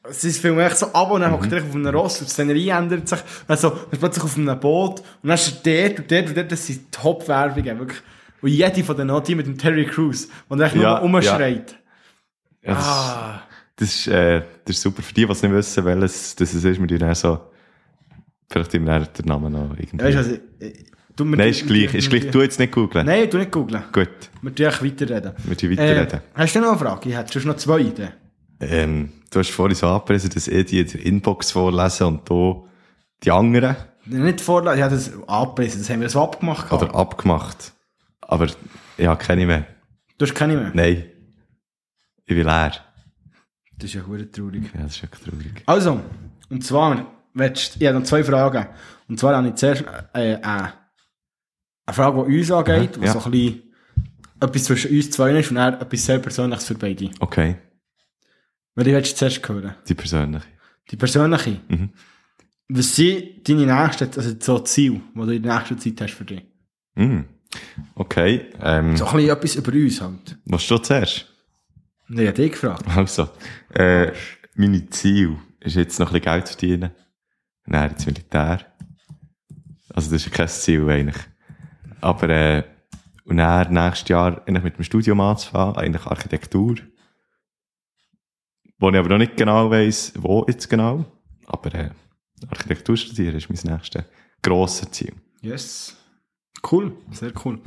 A: es ist viel mehr echt so ab und dann hockt er echt auf einem Ross und die Szenerie ändert sich. Dann so, dann ist plötzlich auf einem Boot und dann ist er dort und dort und dort, das sind Top-Werbungen, wirklich. Und jede von denen, auch die mit dem Terry Crews, wo er echt
B: Ja,
A: nur rumschreit.
B: Ja, das ist-
A: Ah.
B: Das ist, äh, das ist super für die, die es nicht wissen, welches das es ist. Wir tun dann so Vielleicht im Nerd den Namen noch irgendwie.
A: Weißt du, also, äh, du, wir-
B: Nein, ist gleich. Ist gleich. Du jetzt nicht googeln.
A: Nein, du nicht googeln.
B: Gut.
A: Wir tun echt weiterreden.
B: Wir tun weiterreden.
A: Äh, hast du noch eine Frage? Ich hätte sonst noch zwei. Dann.
B: Ähm, du hast vorhin so angepriesen, dass ich die in der Inbox vorlesen und du die anderen
A: Nicht vorlesen, ich habe das abgelesen, das haben wir so abgemacht. gehabt.
B: oder abgemacht. Aber ich habe keine mehr.
A: Du hast keine mehr?
B: Nein. Ich bin leer.
A: Das ist ja verdammt traurig.
B: Ja, das ist wirklich traurig.
A: Also, und zwar, willst, ich habe noch zwei Fragen. Und zwar habe ich zuerst äh, äh, eine Frage, die uns angeht, die
B: ja.
A: so ein bisschen etwas zwischen uns zwei ist und dann etwas sehr Persönliches für beide.
B: Okay,
A: Welche willst du zuerst hören?
B: die persönliche.
A: Die persönliche.
B: Mhm.
A: Was sind deine nächsten, also so Ziele, die du in der nächsten Zeit hast für dich?
B: Mm. Okay, ähm,
A: So ein bisschen etwas über uns halt.
B: was du zuerst?
A: Nein, ich habe dich gefragt.
B: Also, äh, meine Ziel ist jetzt noch ein bisschen Geld zu verdienen. Nein, ins Militär. Also, das ist ja kein Ziel eigentlich. Aber, äh, und dann nächstes Jahr eigentlich mit dem Studium anzufangen, eigentlich Architektur. Wo ich aber noch nicht genau weiss, wo jetzt genau. Aber, äh, Architektur studieren ist mein nächstes grosses Ziel.
A: Yes. Cool, sehr cool.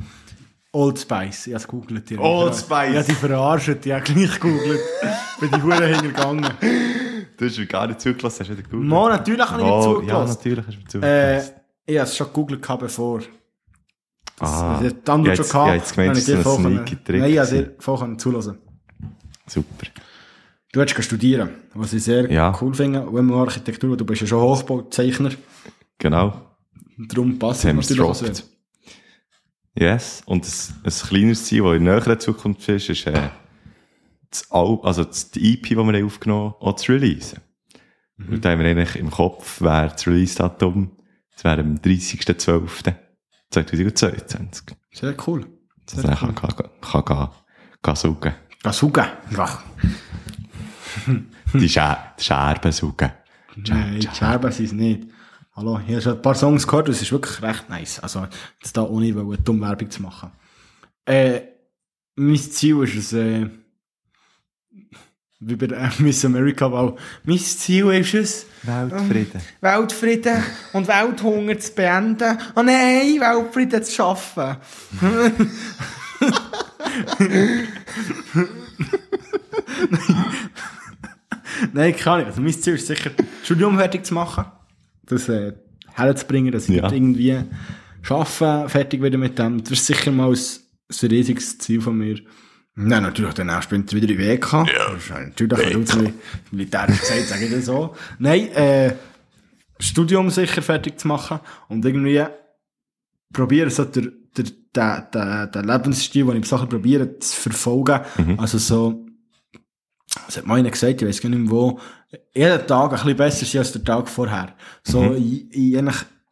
A: Old Spice, ich habe es gegoogelt. die haben
B: Old
A: mich
B: Spice.
A: Ja, die verarscht, die haben gleich gegoogelt. Bin die Hure hingegangen.
B: Du hast mir gar nicht zugelassen, hast du wieder gut.
A: Mo, natürlich habe ich nicht
B: Ja,
A: zugelassen.
B: natürlich hast du mir
A: äh,
B: zugelassen.
A: ich habe es schon gegoogelt gehabt, bevor. Das,
B: Ah.
A: also, die andere
B: Ja,
A: schon
B: jetzt-
A: gehabt.
B: ja, jetzt gemeint,
A: dann
B: es ist
A: habe ich
B: so
A: dir
B: ein
A: vorher-
B: sneaky Trick
A: Nein, also ich habe
B: gewesen.
A: dir vorher zulassen.
B: Super.
A: Du hättest gehen studieren, was ich sehr
B: Ja.
A: cool finde. Und immer Architektur, du bist ja schon Hochbauzeichner.
B: Genau.
A: Und darum passt
B: Das haben wir
A: auch
B: gedroppt.
A: sehr.
B: Yes. Und ein, ein kleines Ziel, das in näherer Zukunft ist, ist äh, das Al also das, die EP, die wir haben aufgenommen haben, auch zu releasen.
A: Mhm.
B: Und da haben wir eigentlich im Kopf, wäre das Release-Datum, das wäre am 30.12.2022.
A: Sehr cool.
B: Das dann kann, kann, kann, kann, kann saugen.
A: Das Hugen. Ach,
B: Die, Scher die Scherben saugen.
A: Nein, die Scherben sind es nicht. Hallo, ich habe schon ein paar Songs gehört und es ist wirklich recht nice. Also, jetzt da ohne wollen, dumme Werbung zu machen. Äh, mein Ziel ist es, äh, wie bei der Miss America, weil mein Ziel ist es,
B: Weltfrieden.
A: Weltfrieden und Welthunger zu beenden. Oh nein, Weltfrieden zu schaffen. nein. nein, keine Ahnung. Also mein Ziel ist sicher, das Studium fertig zu machen. Das äh, herzubringen, dass ich
B: Ja.
A: dort irgendwie schaffe, fertig werde mit dem. Das ist sicher mal ein, ein riesiges Ziel von mir. Nein, natürlich, danach bin ich wieder in WK. Ja. Natürlich, also, wenn du es mir militärisch gesagt sage ich das so. Nein, äh, Studium sicher fertig zu machen und irgendwie probieren, so der, der, der, der, der Lebensstil, den ich Sachen probiere, zu verfolgen. Also so, das hat mal einer gesagt, ich weiß gar nicht mehr wo, jeden Tag ein bisschen besser sein als der Tag vorher. So in, in,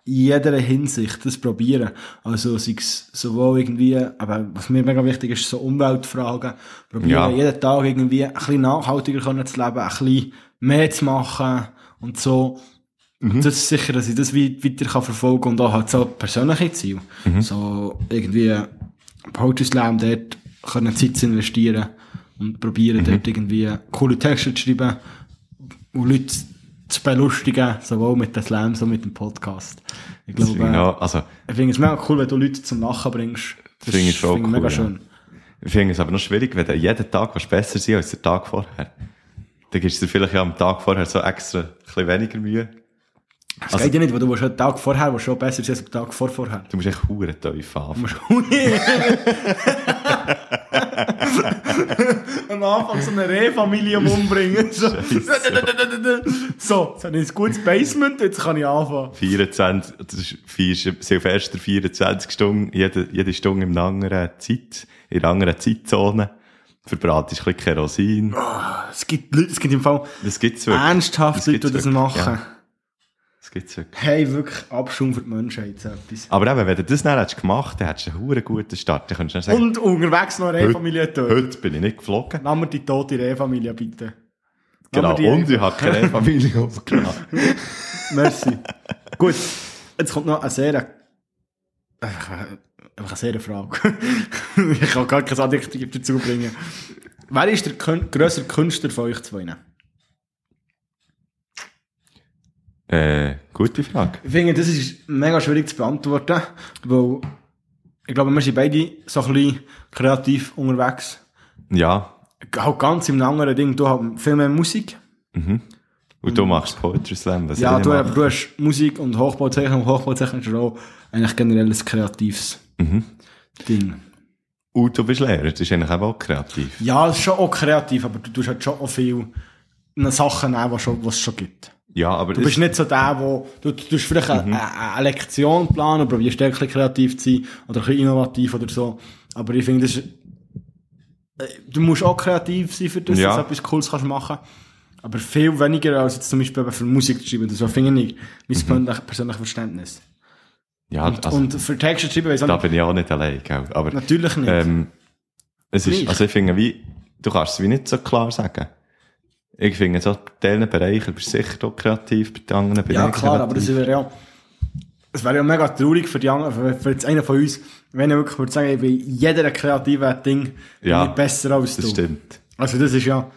A: in jeder Hinsicht das probieren. Also sei es sowohl irgendwie, aber was mir mega wichtig ist, so Umweltfragen, probieren
B: Ja.
A: jeden Tag irgendwie ein bisschen nachhaltiger können zu leben, ein bisschen mehr zu machen und so.
B: Mhm.
A: Das ist sicher, dass ich das weit- weiter kann verfolgen kann und auch halt so persönliche Ziele.
B: Mhm.
A: So irgendwie äh, Poetry Slam dort können Zeit zu investieren und probieren
B: Mhm.
A: dort irgendwie coole Texte zu schreiben und Leute zu belustigen, sowohl mit den Slams als auch mit dem Podcast. Ich glaube,
B: Genau, also,
A: ich finde es mega cool, wenn du Leute zum Lachen bringst. Das
B: Finde ich schon
A: finde mega
B: cool, ja.
A: schön.
B: Ich finde es aber noch schwierig, wenn du jeden Tag was besser sein als der Tag vorher. Dann gibst du dir vielleicht ja am Tag vorher so extra ein bisschen weniger Mühe.
A: Das
B: Also-
A: geht ja nicht, weil du willst ja den Tag vorher, wo schon besser ist als den Tag vor vorher.
B: Du musst echt hure tief anfangen.
A: Am Anfang so eine Rehfamilie am umbringen. So,
B: Scheisse.
A: so jetzt habe ich ein gutes Basement, jetzt kann ich anfangen.
B: 24, das ist vier- Silvester 24 Stunden, jede, jede Stunde in einer anderen Zeit, in einer anderen Zeitzone. Verbratest ein bisschen Kerosin.
A: Es gibt Leute, es gibt im Fall
B: Das gibt's wirklich.
A: ernsthaft
B: Das
A: Leute, die
B: gibt's
A: das
B: wirklich,
A: machen.
B: ja. Das gibt's wirklich.
A: Hey, wirklich Abschaum für die Menschheit, so etwas.
B: Aber eben, wenn du das dann hättest gemacht, dann hättest du einen hure guten Start. Dann könntest du dann sagen,
A: Und unterwegs noch eine Rehfamilie töten.
B: heute bin ich nicht geflogen.
A: Nimm mir die tote Rehfamilie, bitte. Nimm
B: Genau,
A: mir die
B: und ich
A: Rehfamilie.
B: habe keine Familie aufgenommen.
A: Merci. Gut, jetzt kommt noch eine sehr... äh, Einfach eine sehr Frage. ich kann gar kein Adjektiv dazu bringen. Wer ist der kün grössere Künstler von euch zwei?
B: äh, Gute Frage.
A: Ich finde, das ist mega schwierig zu beantworten, weil ich glaube, wir sind beide so ein bisschen kreativ unterwegs.
B: Ja.
A: Auch ganz im anderen Ding, du hast viel mehr Musik.
B: Und du machst Poetry Slam, was
A: Ja,
B: ich
A: du,
B: mache.
A: aber du hast Musik und Hochbautechnik und Hochbautechnik ist auch eigentlich generell ein kreatives Ding.
B: Und du bist Lehrer, das ist eigentlich eben auch kreativ.
A: Ja, es ist schon auch kreativ, aber du tust halt schon auch viel Sachen nehmen, was schon- was es schon gibt.
B: Ja, aber
A: Du bist nicht so der, wo du, du tust vielleicht
B: Mhm.
A: eine, eine, eine Lektion planen und probierst ein bisschen kreativ zu sein oder ein bisschen innovativ oder so. Aber ich finde, das ist, äh, du musst auch kreativ sein, für das
B: Ja.
A: dass du etwas Cooles kannst machen Aber viel weniger als jetzt zum Beispiel eben für Musik zu schreiben. Das finde ich nicht mein persönlich- persönliches Verständnis.
B: ja,
A: Und,
B: Mhm. also,
A: und für Texte zu schreiben, weiss ich
B: da
A: nicht.
B: bin ich auch nicht allein, gell? Aber,
A: Natürlich nicht.
B: ähm, es ist,
A: Gleich.
B: also ich finde, wie, du kannst es wie nicht so klar sagen. Ich finde, so, bei diesen Bereichen bist du sicher auch kreativ, bei den anderen
A: ja,
B: Bereichen.
A: klar, aber das wäre ja, es wäre ja mega traurig für die anderen, für, für jetzt einen von uns, wenn er wirklich würde sagen, ich bin in jeder kreativen Ding bin
B: Ja,
A: ich besser als du.
B: Das stimmt.
A: Also das ist ja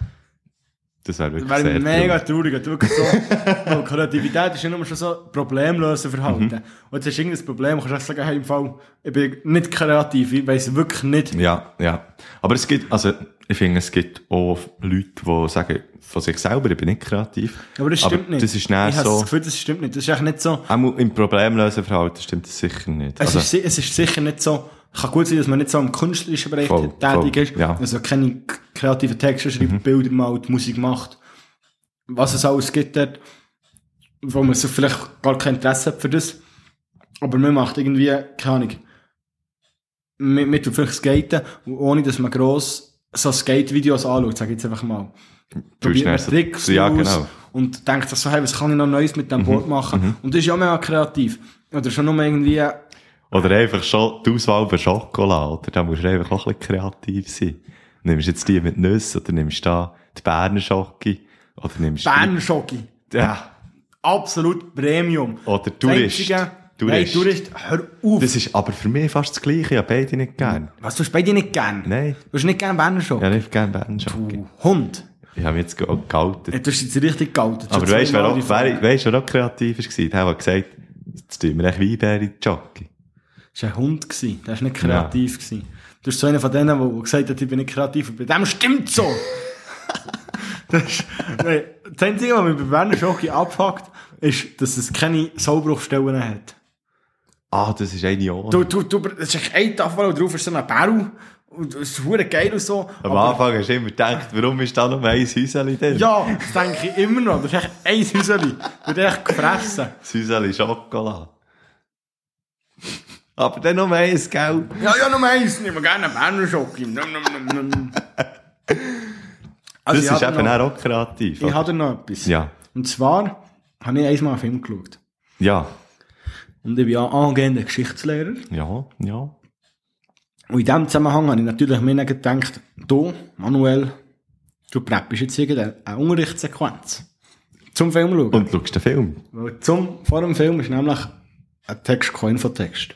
B: Das wäre wirklich
A: das wäre
B: sehr
A: mega
B: traurig.
A: traurig, wenn du wirklich so, weil Kreativität ist ja nur schon so Problemlösen verhalten.
B: Mhm.
A: Und jetzt hast du irgendein Problem, kannst du einfach sagen, hey, im Fall, ich bin nicht kreativ, ich weiss wirklich nicht.
B: Ja, ja. Aber es gibt, also, ich finde, es gibt auch Leute, die sagen, von sich selber, ich bin nicht kreativ.
A: Aber das stimmt nicht.
B: Das ist dann
A: ich habe das
B: so,
A: Gefühl, das stimmt nicht. Das ist echt nicht so,
B: auch im Problemlösenverhalten stimmt das sicher nicht.
A: Es,
B: Also,
A: ist, si- es ist sicher nicht so, kann gut sein, dass man nicht so im künstlerischen Bereich
B: Voll,
A: tätig
B: voll,
A: ist,
B: ja. Mhm.
A: also keine k- kreativen Texte schreibt, Bilder malt, Musik macht, was es alles gibt dort, wo man so vielleicht gar kein Interesse hat für das, aber man macht irgendwie, keine Ahnung, man, man tut vielleicht skaten, ohne dass man gross so Skate-Videos anschaut, sag ich jetzt einfach mal. Probiert man
B: schnell so-
A: Tricks
B: ja,
A: aus
B: genau. Mhm.
A: und denkt sich so, hey, was kann ich noch Neues mit dem Board machen? Und das ist ja mega kreativ. Oder schon nur irgendwie
B: Oder einfach schon die Auswahl bei Schokolade. Oder? Da musst du einfach auch ein bisschen kreativ sein. Nimmst du jetzt die mit Nüssen oder nimmst du da die Berner Schocke? Oder nimmst du.
A: Berner Schoki.
B: Ja.
A: Absolut Premium.
B: Oder
A: Das
B: Tourist.
A: Einzige- Nein,
B: Tourist.
A: Tourist, hör auf.
B: Das ist aber für mich fast das Gleiche. Ich habe beide nicht gern.
A: Was, dus du hast beide nicht gern?
B: Nein.
A: Du hast nicht gern Berner Schoki?
B: Ich habe nicht gern Berner Schocke.
A: Du Hund.
B: Ich habe mich jetzt ge- geoutet.
A: Ja, Du hast jetzt richtig geoutet.
B: Aber
A: Schon
B: weißt du, wer,
A: zweimal die
B: auch-
A: Frage.
B: wer, weißt, wer auch kreativ war? Der hat gesagt, jetzt tun wir echt Weinbeere in die Schocke.
A: Das war ein Hund, gewesen. der war nicht kreativ. Gewesen. Du bist so einer von denen, der gesagt hat, ich bin nicht kreativ. Und bei dem stimmt so. das, ist, nein, das Einzige, was mich bei Werner Schoki abfuckt, ist, dass es keine Sollbruchstellen hat.
B: Ah, das ist eine Jahr.
A: Du, du, du, es ist eine Tafel und drauf ist so ein Barrel. Und es ist verdammt geil und so.
B: Am
A: aber-
B: Anfang hast du immer gedacht, warum ist da noch ein Häuschen drin?
A: Ja, das denke ich immer noch. Das ist echt ein Häuschen. Wird echt gefressen.
B: Süßeli Schokolade. Aber dann noch eins, gell?
A: Ja, ja, nur eins. Nehmen wir gerne einen Berner Schoki. Nom, nom, nom, nom. Also,
B: Das
A: ich
B: ist
A: habe
B: eben
A: noch,
B: auch kreativ.
A: Ich
B: oder?
A: habe noch etwas.
B: Ja.
A: Und zwar habe ich einmal einen Film geschaut.
B: Ja,
A: Und ich bin ja angehender Geschichtslehrer.
B: ja, ja.
A: Und in diesem Zusammenhang habe ich natürlich mir dann gedacht, du, Manuel, du preppst jetzt irgendeine eine Unterrichtssequenz. Zum Film schauen.
B: Und schaust den Film.
A: Weil zum, vor dem Film ist nämlich ein Text kein Infotext.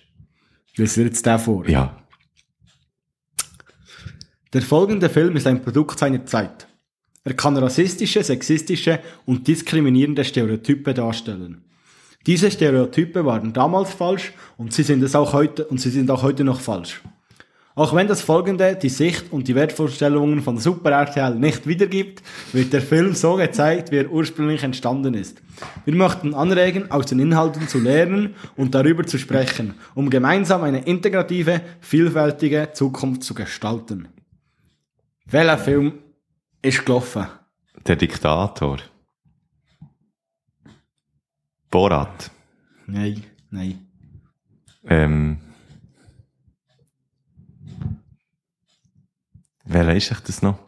A: Ich lese dir jetzt den vor.
B: Ja.
A: Der folgende Film ist ein Produkt seiner Zeit. Er kann rassistische, sexistische und diskriminierende Stereotype darstellen. Diese Stereotype waren damals falsch und sie sind es auch heute und sie sind auch heute noch falsch. Auch wenn das folgende die Sicht und die Wertvorstellungen von Super RTL nicht wiedergibt, wird der Film so gezeigt, wie er ursprünglich entstanden ist. Wir möchten anregen, aus den Inhalten zu lernen und darüber zu sprechen, um gemeinsam eine integrative, vielfältige Zukunft zu gestalten. Welcher Film ist gelaufen?
B: Der Diktator. Borat.
A: Nein, nein.
B: Ähm. Wer ist ich das noch?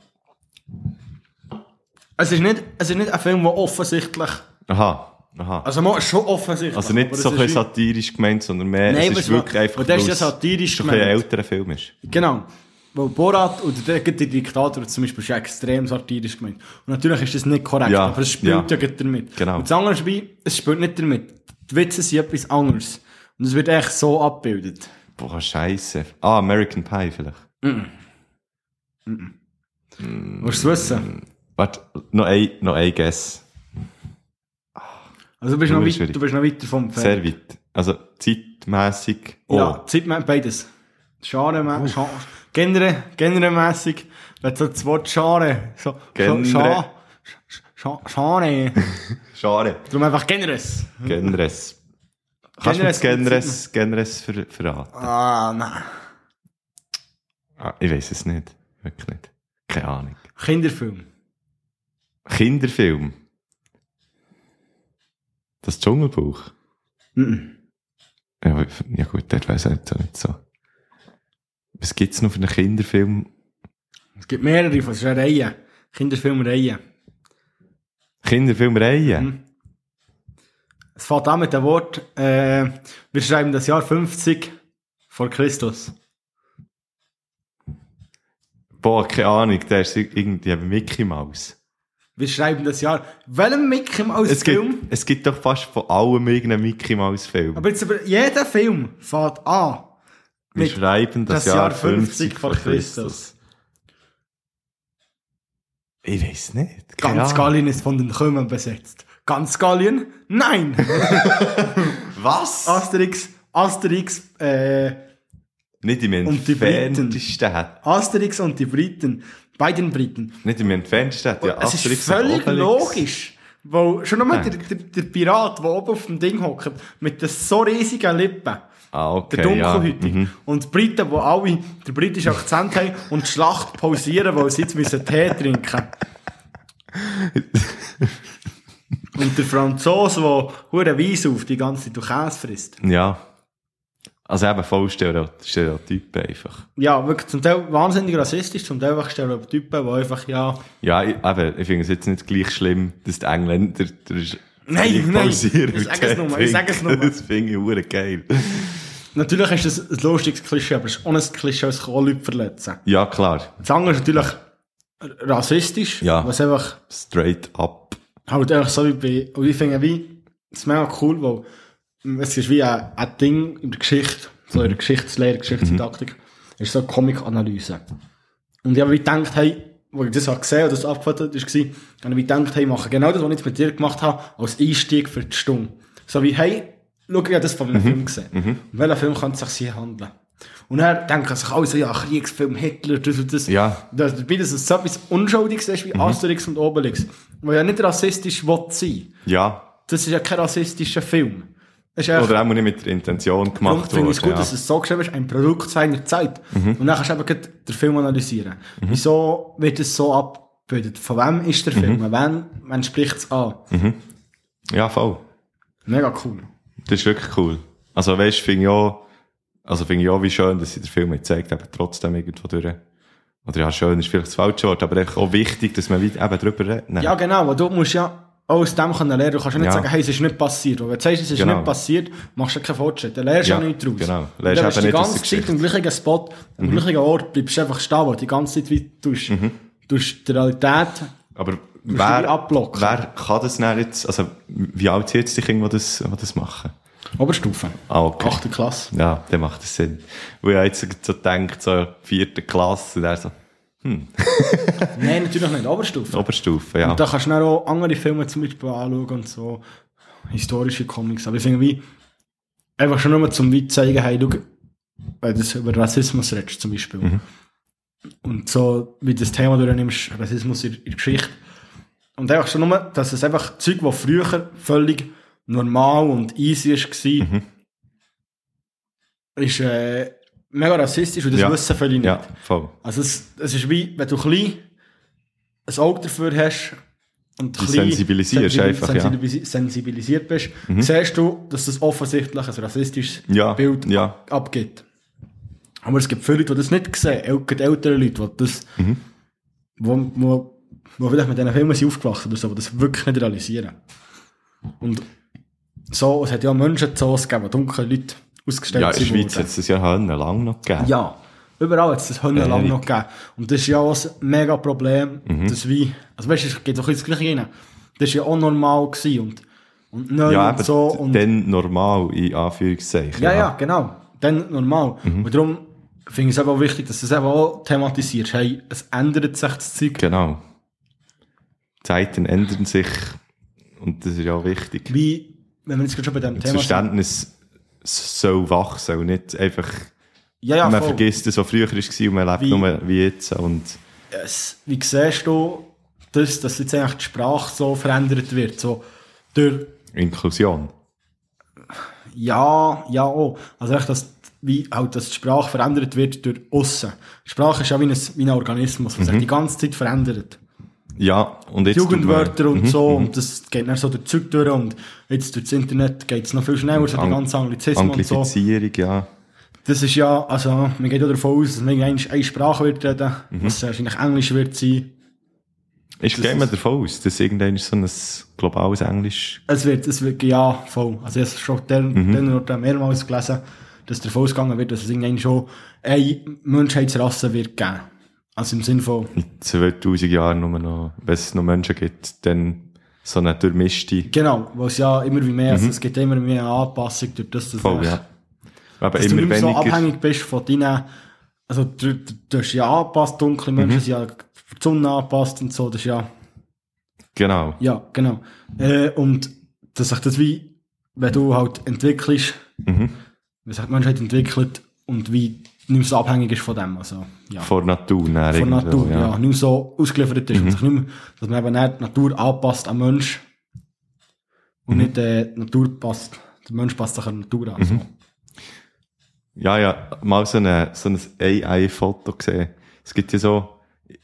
A: Es ist nicht, es ist nicht ein Film, der offensichtlich,
B: Aha, aha.
A: also mo- schon offensichtlich.
B: Also nicht
A: aber
B: so
A: es
B: ein
A: ist
B: bisschen satirisch gemeint, sondern mehr,
A: Nein,
B: es
A: was
B: ist wirklich
A: man-
B: einfach,
A: und das ist ja
B: weil's-
A: satirisch
B: es ein bisschen
A: gemeint.
B: älterer Film ist.
A: wie- Genau. Weil Borat oder der, der Diktator zum Beispiel ist ja extrem satirisch gemeint. Und natürlich ist das nicht korrekt,
B: Ja,
A: aber es spielt ja,
B: ja.
A: gerade damit.
B: Genau.
A: Und das andere ist, wie, es spielt nicht damit. Die Witze sind etwas anderes. Und es wird echt so abgebildet.
B: Boah, scheiße. Ah, American Pie vielleicht.
A: Willst du es wissen?
B: Warte, noch ein, noch ein Guess.
A: Also du bist,
B: Ja,
A: noch
B: ist
A: weit,
B: schwierig.
A: du bist noch weiter vom Pferd.
B: Sehr weit. Also zeitmässig. Oh.
A: Ja, Zeitmäßig beides. Scharen, Genre, genremässig. Wenn so das Wort Schare, so, so
B: Genre.
A: Scha- Sch- Scha- Schare.
B: Schade.
A: Darum einfach Generes.
B: Genres. Kannst du mir das
A: Genres-
B: Genres, Genres ver verraten?
A: Ah, nein.
B: Ah, ich weiß es nicht. Wirklich nicht. Keine Ahnung.
A: Kinderfilm.
B: Kinderfilm. Das Dschungelbuch.
A: Mhm.
B: Ja, aber- ja gut, der weiß jetzt auch nicht so. Was gibt es noch für einen Kinderfilm?
A: Es gibt mehrere von, es ist eine Reihe. Kinderfilmreihe.
B: Kinderfilmreihe?
A: Mhm. Es fängt an mit dem Wort, äh, wir schreiben das Jahr 50 vor Christus.
B: Boah, keine Ahnung, der ist irgendwie eben Mickey Mouse.
A: Wir schreiben das Jahr, welchem Mickey Mouse
B: Es
A: Film?
B: gibt, es gibt doch fast von allem irgendeinen Mickey Mouse Film.
A: Aber jetzt, über- jeder Film fängt an.
B: Wir
A: mit-
B: schreiben das, Jahr 50 vor Christus. Ich weiß nicht. keine
A: Ganz
B: Ahnung.
A: Gallien ist von den Römern besetzt. Ganz Gallien? Nein!
B: Was?
A: Asterix, Asterix, äh,
B: Nicht im
A: Und die Briten.
B: entferntesten. hat-
A: Asterix und die Briten. Bei den Briten.
B: Nicht im entferntesten. hat Ja,
A: es
B: Asterix
A: ist
B: und
A: völlig
B: Obelix.
A: logisch. Weil schon nochmal der,
B: Danke.
A: der, der Pirat, der oben auf dem Ding hockt, mit den so riesigen Lippen,
B: Ah, okay.
A: der Dunkelhütige,
B: Ja. Mhm.
A: und die Briten, die alle den britischen Akzent haben und die Schlacht pausieren, weil sie jetzt müssen Tee trinken Und der Franzose, der hure Weiss auf die ganze Zeit durch Käse frisst.
B: ja. Also eben voll Stereoty- Stereotype einfach.
A: Ja, wirklich zum Teil wahnsinnig rassistisch, zum Teil einfach Stereotypen, die einfach, ja...
B: Ja, ich, eben, ich finde es jetzt nicht gleich schlimm, dass die Engländer der ist.
A: Nein,
B: gleich
A: nein,
B: pausieren
A: ich
B: und
A: sag es
B: Tee
A: nur, ich sag es
B: trinken.
A: nur.
B: Das finde ich hure geil.
A: Natürlich ist das ein lustiges Klischee, aber es ist auch ein Klischee, es kann auch Leute verletzen.
B: Ja, klar.
A: Das andere ist natürlich rassistisch,
B: Ja.
A: was einfach
B: Straight up.
A: halt einfach so wie bei, und ich finde wie, das ist mega cool, weil ähm, es ist wie ein, ein Ding in der Geschichte, so in der Geschichtslehre, Geschichtsdidaktik, ist so eine Comic-Analyse. Und ich habe wie gedacht, hey, wo ich das habe gesehen und das abgefotet ist, war, habe ich wie gedacht, hey, mache genau das, was ich jetzt mit dir gemacht habe, als Einstieg für die Stunde. So wie, hey, schau, ich habe das von einem Film gesehen. Um welchen Film könnte es sich hier handeln? Und dann denken sich alle so, ja, Kriegsfilm, Hitler, das und das.
B: Ja.
A: Das, dabei, dass es so etwas Unschuldiges ist wie Asterix und Obelix. Weil ja nicht rassistisch will sein.
B: Ja.
A: Das ist ja kein rassistischer Film. Das ist
B: Oder auch nicht mit der Intention
A: Darum
B: gemacht
A: finde ich es gut,
B: worden.
A: dass es so geschrieben ist, ein Produkt seiner Zeit.
B: Mhm.
A: Und dann kannst du eben gleich den Film analysieren. Wieso wird es so abgebildet? Von wem ist
B: Mhm.
A: der Film? Wann, wann spricht es an?
B: ja. ja, voll.
A: Mega cool.
B: Das ist wirklich cool. Also, weißt du, finde ich auch, also finde ich auch, wie schön, dass sie den Film jetzt zeigt, eben trotzdem irgendwo durch. Oder ja, schön ist vielleicht das falsche Wort, aber echt auch wichtig, dass man weit eben drüber reden.
A: Ja, genau, weil du musst ja auch aus dem können lernen. Du kannst ja nicht
B: Ja.
A: sagen, hey, es ist nicht passiert. Weil wenn du sagst, es ist
B: Genau.
A: nicht passiert, machst du keinen Fortschritt. Dann lernst du
B: Ja,
A: ja nichts daraus.
B: genau.
A: Und
B: Lernst
A: dann
B: eben
A: bist du die
B: nicht aus
A: ganze
B: der
A: Zeit im gleichen Spot, am
B: Mhm.
A: gleichen Ort, bleibst du einfach stehen, weil du die ganze Zeit weit tust. Tust die Realität.
B: Aber
A: die
B: wer,
A: abblocken.
B: wer kann das denn jetzt, also, wie alt sind jetzt die Kinder, die das, die das machen?
A: Oberstufe.
B: Ah, okay.
A: Achte Klasse.
B: Ja, dann macht das Sinn. Wo ich habe jetzt so denkt, so vierte Klasse, und dann so,
A: Nein, natürlich nicht. Oberstufe.
B: Oberstufe, Oh, ja.
A: Da kannst du dann auch andere Filme zum Beispiel anschauen und so historische Comics. Aber ich finde, wie einfach schon nur zum weit zeigen, hey, schau, wenn du über Rassismus redest zum Beispiel.
B: Mhm.
A: Und so, wie das Thema du nimmst, Rassismus in, in der Geschichte. Und einfach schon nur, dass es einfach Zeug, was früher völlig normal und easy war,
B: Mhm.
A: ist äh, mega rassistisch und das
B: Ja.
A: wissen viele nicht.
B: ja, voll.
A: Also es, es ist wie, wenn du klein ein Auge dafür hast und
B: Du sensibilisierst einfach, ja. Mhm.
A: sensibilisi- sensibilisiert bist, siehst du, dass das offensichtlich ein rassistisches
B: Ja,
A: Bild
B: ja.
A: ab- abgibt. Aber es gibt viele Leute, die das nicht sehen, auch die älteren Leute, die das,
B: Mhm.
A: wo, wo, wo vielleicht mit diesen Filmen sind aufgewachsen oder so, die das wirklich nicht realisieren. Und so, es hat ja Menschen zu uns gegeben, dunkle Leute ausgestellt
B: Ja, in der
A: sind
B: Schweiz
A: worden.
B: hat es das ja lang noch gegeben.
A: Ja, überall hat es das Hölle lang
B: Ehrlich.
A: noch gegeben. Und das ist ja auch ein mega Problem,
B: Mhm.
A: dass wie, also weißt du, es geht doch jetzt gleich rein. Das ist ja auch normal gewesen und, und neu
B: Ja, aber
A: und so. Und,
B: dann normal, in Anführungszeichen.
A: ja, ja, genau. Dann normal.
B: Mhm.
A: Und darum finde ich es eben auch wichtig, dass du es eben auch thematisierst. Hey, es ändert sich das Zeug.
B: Genau. Die Zeiten ändern sich und das ist ja auch wichtig.
A: Wie wenn wir jetzt gerade schon bei dem
B: Das
A: Thema
B: Verständnis soll wachsen und nicht einfach,
A: Ja, ja,
B: man
A: voll.
B: vergisst es, was früher war und man lebt
A: Wie-
B: nur wie jetzt. Und
A: es, wie siehst du das, dass jetzt eigentlich die Sprache so verändert wird? So durch
B: Inklusion.
A: Ja, ja auch. Also echt, dass, wie halt, dass die Sprache verändert wird durch Aussen. Sprache ist ja wie ein, wie ein Organismus, der sich die ganze Zeit verändert.
B: Ja, und jetzt Mhm. tut Mhm, man-
A: Jugendwörter und so, und das geht dann so durch die Zeug durch und jetzt durch das Internet geht es noch viel schneller, so die
B: Ang-
A: ganze Anglizismen und so.
B: Anglifizierung, ja.
A: Das ist ja, also, man geht ja davon aus, dass man irgendwann eine Sprache wird reden,
B: Mhm.
A: was wahrscheinlich Englisch wird sein.
B: Ich
A: Das
B: gehe mal
A: ist-
B: davon aus, dass irgendwann so ein globales Englisch
A: Es wird, es wird, ja, voll. Also, ich habe schon den,
B: Mhm.
A: den oder den mehrmals gelesen, dass davon ausgegangen wird, dass es irgendwann schon eine Menschheitsrasse wird geben. Also im Sinne von,
B: in 2000 Jahren nur noch, wenn es noch Menschen gibt, dann so eine durchmischte
A: genau, weil es ja immer wie mehr, also es gibt immer mehr Anpassung durch das, dass,
B: Mhm. Voll,
A: echt-
B: ja. Aber
A: dass du
B: immer
A: nicht mehr so
B: weniger.
A: abhängig bist von deinen, also du, du, du hast ja angepasst,
B: Mhm.
A: dunkle Menschen sind ja für die Sonne angepasst und so, das ist ja,
B: Genau.
A: ja, genau. Äh, und dass sich das wie, wenn du halt entwickelst,
B: Mhm.
A: wie sich die Menschheit entwickelt und wie nicht mehr so abhängig ist von dem. Also, ja.
B: Vor Natur. dann
A: Von
B: irgendwo,
A: Natur, ja. Nicht mehr so ausgeliefert
B: Mhm.
A: ist und sich nicht mehr, dass man eben nicht die Natur anpasst an Mensch und
B: Mhm.
A: nicht äh, die Natur passt. Der Mensch passt sich an die Natur an. So.
B: Ja, ja, mal so, eine, so ein AI-Foto gesehen. Es gibt ja so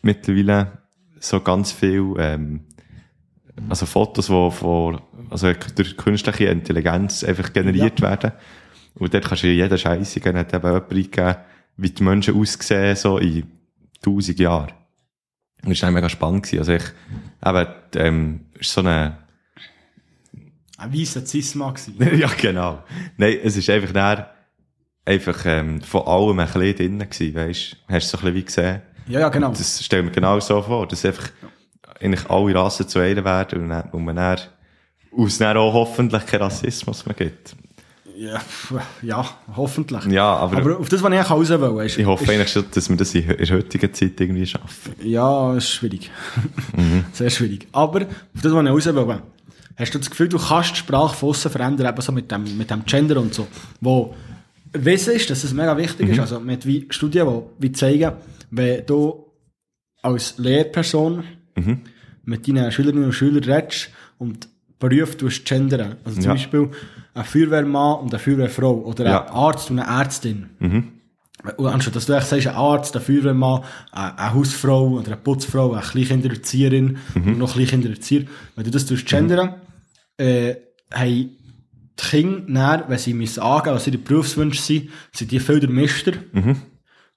B: mittlerweile so ganz viel, ähm, also Fotos, die von, also durch künstliche Intelligenz einfach generiert werden. Und dort kannst du ja jeden Scheiß eingeben, hat eben jemand eingegeben, wie die Menschen aussehen, so in tausend Jahren. Und das war dann mega spannend. Gewesen. Also ich, eben, ähm, ist so eine,
A: Ein weißer Zisma gewesen.
B: ja, genau. Nein, es ist einfach dann einfach ähm, von allem ein bisschen drin gewesen, weisst du? Hast du so ein bisschen wie gesehen?
A: Ja, ja, genau.
B: Das stelle ich mir genau so vor, dass einfach eigentlich alle Rassen zu einer werden und, dann, und man dann aus dann auch hoffentlich keinen Rassismus mehr gibt.
A: Ja, pf, ja, hoffentlich.
B: Ja, aber,
A: Aber auf das, was ich eigentlich raus will, ist,
B: ich hoffe
A: ist,
B: eigentlich schon, dass wir das in, in der heutigen Zeit irgendwie schaffen.
A: Ja, ist schwierig. Sehr schwierig. Aber auf das, was ich raus will, hast du das Gefühl, du kannst die Sprache von aussen verändern, eben so mit dem, mit dem Gender und so, wo Wissen ist, dass es mega wichtig ist, also mit wie Studien, die wie zeigen, wenn du als Lehrperson
B: Mhm.
A: mit deinen Schülerinnen und Schülern redest und Berufe tust gendern, also zum
B: Ja.
A: Beispiel ein Feuerwehrmann und eine Feuerwehrfrau oder
B: Ja. Mhm.
A: ein Arzt und eine Ärztin. Und anstatt dass du eigentlich sagst, ein Arzt, ein Feuerwehrmann, eine eine Hausfrau oder eine Putzfrau, eine Kleinkindererzieherin
B: Mhm.
A: und noch Kleinkindererzieher, wenn du das tust gendern,
B: Mhm.
A: äh, haben die Kinder dann, wenn sie müssen angeben, was ihre Berufswünsche sind, sind die viel durchmischter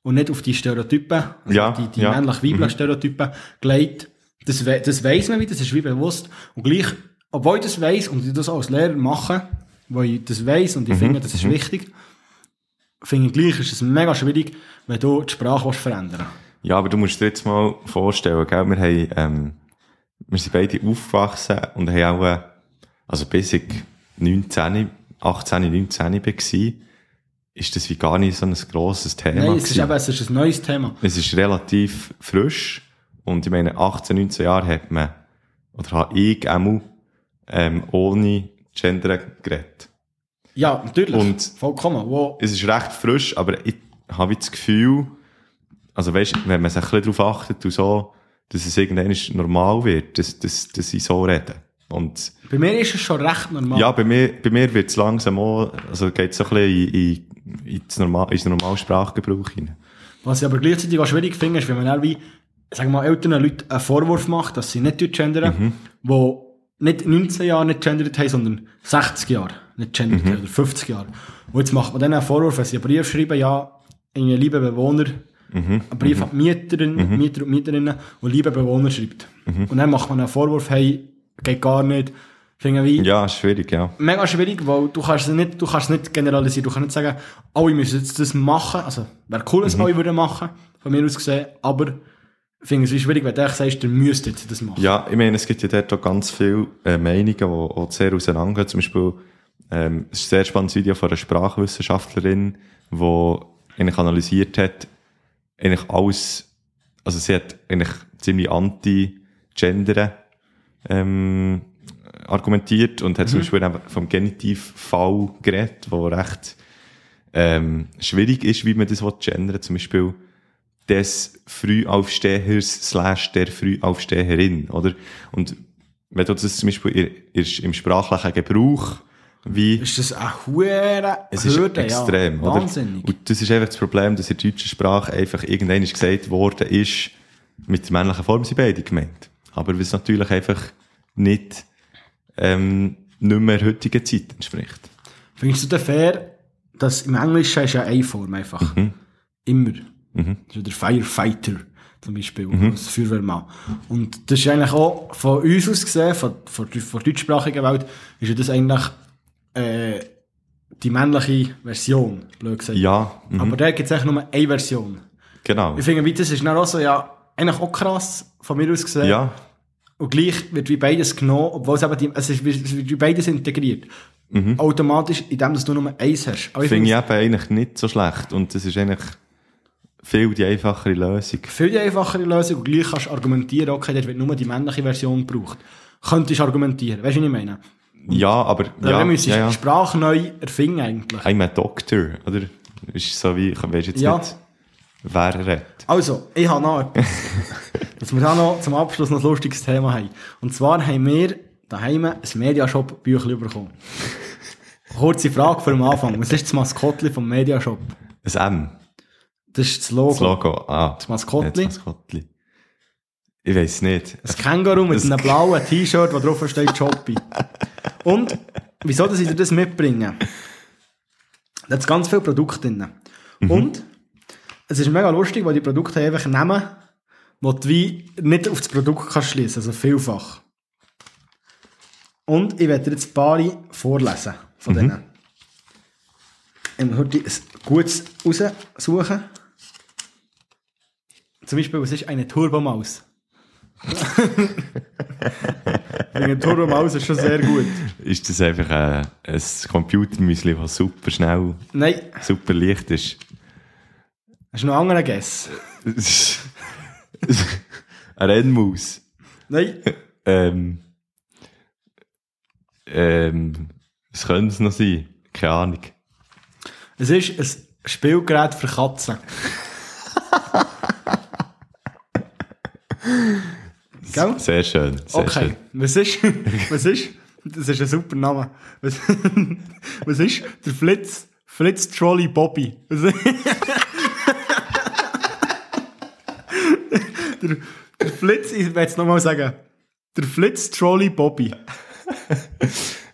A: und nicht auf die Stereotypen, also
B: Mhm. Ja,
A: die, die
B: ja. Mhm.
A: männlich-weiblichen Stereotypen gelegt. Das, we das weiss man wie, das ist wie bewusst. Und gleich, obwohl ich das weiss und ich das auch als Lehrer mache, weil ich das weiss und ich
B: Mhm.
A: finde, das ist wichtig, finde ich gleich, ist es mega schwierig, wenn du die Sprache willst verändern
B: Ja, aber du musst dir jetzt mal vorstellen, gell? wir haben, ähm, wir sind beide aufgewachsen und haben auch, äh, also bis ich 19, 18, 19 war, ist das wie gar nicht so ein grosses Thema.
A: Nein, es ist,
B: gewesen.
A: eben, es ist ein neues Thema.
B: es ist relativ frisch und ich meine, 18, 19 Jahre hat man, oder habe ich einmal, ähm, ohne Gender geredet.
A: Ja, natürlich.
B: Und-
A: Vollkommen. Wow.
B: es ist recht frisch, aber ich habe das Gefühl, also weißt, wenn man sich ein bisschen darauf achtet und so, dass es irgendwann normal wird, dass, dass, dass ich so rede. Und
A: Bei mir ist es schon recht normal.
B: ja, bei mir, bei mir wird es langsam auch, also geht es so ein bisschen in, in, ins, normal, ins normale Sprachgebrauch hinein.
A: Was ich aber gleichzeitig auch schwierig finde, ist, wenn man dann wie, sagen wir mal, älteren Leuten einen Vorwurf macht, dass sie nicht gendern, wo nicht 19 Jahre nicht gendert haben, sondern 60 Jahre nicht gendert haben oder 50 Jahre. Und jetzt macht man denen einen Vorwurf, wenn sie einen Brief schreiben, ja, irgendwie liebe Bewohner,
B: Mhm.
A: einen Brief an die Mieterin, Mieter und Mieterinnen und liebe Bewohner schreibt. Und dann macht man einen Vorwurf, hey, geht gar nicht, finde ich wie,
B: Ja, ist schwierig, ja.
A: mega schwierig, weil du kannst es nicht, du kannst es nicht generalisieren. Du kannst nicht sagen, alle müssen jetzt das machen. Also, wäre cool,
B: Mhm.
A: dass alle würden machen, von mir aus gesehen. Aber, ich finde es wie schwierig, wenn du echt sagst, ihr müsst jetzt das machen.
B: Ja, ich meine, es gibt ja dort auch ganz viele äh, Meinungen, die auch sehr auseinandergehen. Zum Beispiel, ähm, es ist ein sehr spannendes Video von einer Sprachwissenschaftlerin, die eigentlich analysiert hat, eigentlich alles, also sie hat eigentlich ziemlich anti-Gender ähm, argumentiert und hat zum Beispiel eben vom Genitivfall geredet, wo recht ähm, schwierig ist, wie man das will gendern Zum Beispiel des Frühaufstehers slash der Frühaufsteherin, oder? Und wenn du das zum Beispiel in, in, im sprachlichen Gebrauch wie
A: Ist das eine hure
B: es ist extrem,
A: ja.
B: oder?
A: Wahnsinnig.
B: Und das ist einfach das Problem, dass in der deutschen Sprache einfach irgendwann ist gesagt worden ist, mit der männlichen Form sind beide gemeint. Aber was natürlich einfach nicht, ähm, nicht mehr heutiger Zeit entspricht.
A: Findest du denn fair, dass im Englischen ist ja eine Form einfach.
B: Mhm.
A: Immer. Das ist ja der Firefighter zum Beispiel,
B: Mhm.
A: das Feuerwehrmann. Und das ist eigentlich auch von uns aus gesehen, von, von, der- von der deutschsprachigen Welt, ist ja das eigentlich äh, die männliche Version, blöd gesagt.
B: Ja, mhm,
A: Aber da gibt es eigentlich nur eine Version.
B: genau.
A: Ich finde, wie das ist dann auch so, ja, eigentlich auch krass, von mir aus gesehen.
B: Ja,
A: Und gleich wird wie beides genommen, obwohl es eben die, es, ist, es wird wie beides integriert. Automatisch, indem dass du nur eins hast. Aber ich
B: Mhm. finde ich
A: finde
B: eben eigentlich nicht so schlecht. Und das ist eigentlich viel die einfachere Lösung.
A: es viel die einfachere Lösung und gleich kannst du argumentieren, okay, dort wird nur die männliche Version gebraucht. Könntest du argumentieren, weißt du, was ich meine?
B: Ja, aber,
A: Ja,
B: ja,
A: dann müsstest du
B: ja, ja.
A: Sprache neu erfinden eigentlich.
B: I'm a doctor, oder? Ist so wie, ich weiss jetzt
A: Ja.
B: nicht, wer redet.
A: Also, ich habe noch etwas. dass wir da noch zum Abschluss noch ein lustiges Thema haben. Und zwar haben wir daheim ein Mediashop-Büchlein bekommen. Kurze Frage für den Anfang. Was ist das Maskottli vom Mediashop?
B: Ein M.
A: Das ist das Logo.
B: Das Logo, ah. Das
A: Maskottli.
B: Das Maskottli. Ich weiß nicht.
A: Ein Känguru mit einem blauen T-Shirt, wo drauf steht Choppy. Und wieso, dass ich dir das mitbringe? Da hat ganz viele Produkte drin. Und es ist mega lustig, weil die Produkte einfach nehmen, wo du wie nicht auf das Produkt kannst schließen also vielfach. Und ich werde dir jetzt ein paar vorlesen von denen. Ich muss heute ein gutes raussuchen. Zum Beispiel, was ist eine Turbomaus? Wegen Turbomaus ist schon sehr gut.
B: Ist das einfach ein, ein Computermüsli, das super schnell,
A: Nein,
B: super leicht ist?
A: hast du noch einen anderen Guess?
B: Es ist- ein Rennmaus.
A: Nein,
B: Ähm, ähm, was könnte es noch sein? Keine Ahnung.
A: es ist ein Spielgerät für Katzen. Gell?
B: Sehr schön. Sehr
A: Okay,
B: schön.
A: was ist, was ist, das ist ein super Name. Was, was ist der Flitz, Flitz Trolley Bobby? Was der, der Flitz, ich werde es nochmal sagen. Der Flitz Trolley Bobby.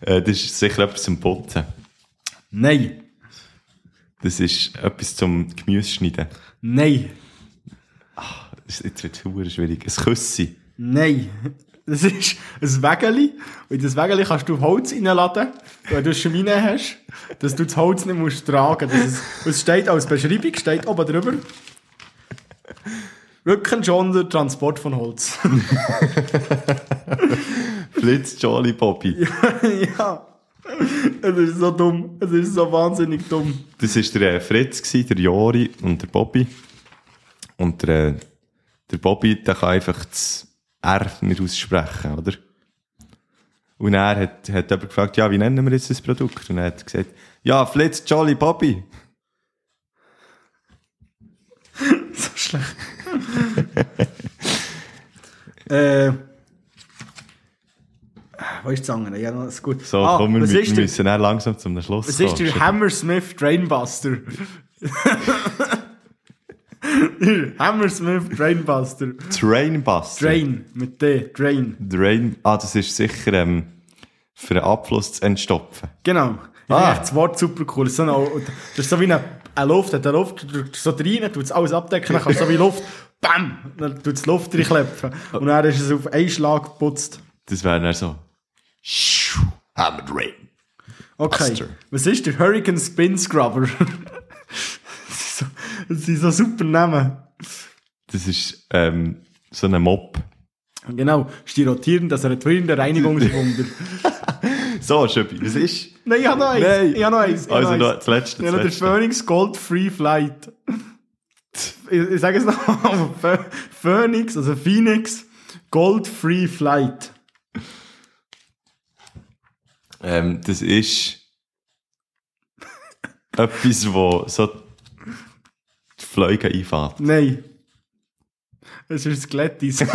B: Äh, das ist sicher etwas zum Botten.
A: Nein,
B: Das ist etwas zum Gemüse schneiden.
A: nein.
B: Das ist jetzt wird verdammt schwierig. Ein Küssi.
A: Nein. Das ist ein Wägeli. Und in das Wägeli kannst du Holz reinladen, weil du es schon rein hast, dass du das Holz nicht musst tragen musst. Es steht als Beschreibung, steht oben drüber. Rückenschonder, Transport von Holz.
B: Blitz Jolly Bobby.
A: ja. Es ist so dumm. Es ist so wahnsinnig dumm.
B: Das war der äh, Fritz, gewesen, der Jori und der Bobby. Und der, äh, der Bobby, der kann einfach das R nicht aussprechen, oder? Und er hat, hat jemand gefragt, ja, wie nennen wir jetzt das Produkt? Und er hat gesagt, ja, Fritz Jolly Bobby.
A: So schlecht. äh. Wo ist das andere? Ja, das ist gut.
B: So,
A: Ah,
B: kommen wir,
A: was
B: mit,
A: ist
B: wir
A: der-
B: müssen dann langsam zum Schluss
A: Es ist der Hammersmith Drainbuster. Der Hammersmith Drainbuster.
B: Trainbuster.
A: Drain mit D. Drain.
B: Drain. Ah, das ist sicher ähm, für einen Abfluss zu entstopfen.
A: Genau. Ich
B: Ah.
A: finde echt das Wort super cool. So eine, das ist so wie eine, eine Luft. Hat eine Luft drückt so rein, tut es alles abdecken, dann kannst du so wie Luft. Bam! Dann tut es Luft reinklopfen. Und dann ist es auf einen Schlag geputzt.
B: Das wäre dann so.
D: I'm a drain.
A: Okay.
D: Buster.
A: Was ist der Hurricane Spin Scrubber? das sind so- das sind so super Namen.
B: Das ist ähm, so ein Mob.
A: Genau. Ist die rotierende, also rotierende Reinigungswunder.
B: So, Schöppi, was ist?
A: Nein, ich habe noch eins.
B: Nein.
A: Ich habe noch eins. Ich habe
B: Also
A: noch
B: noch
A: eins.
B: das letzte.
A: Ich habe
B: Das
A: noch den
B: letzte.
A: Phoenix Gold Free Flight. Ich, ich sage es nochmal. Phoenix, also Phoenix Gold Free Flight.
B: Ähm, das ist etwas, wo so die Fleuge einfährt.
A: Nein. Es ist ein Glättis.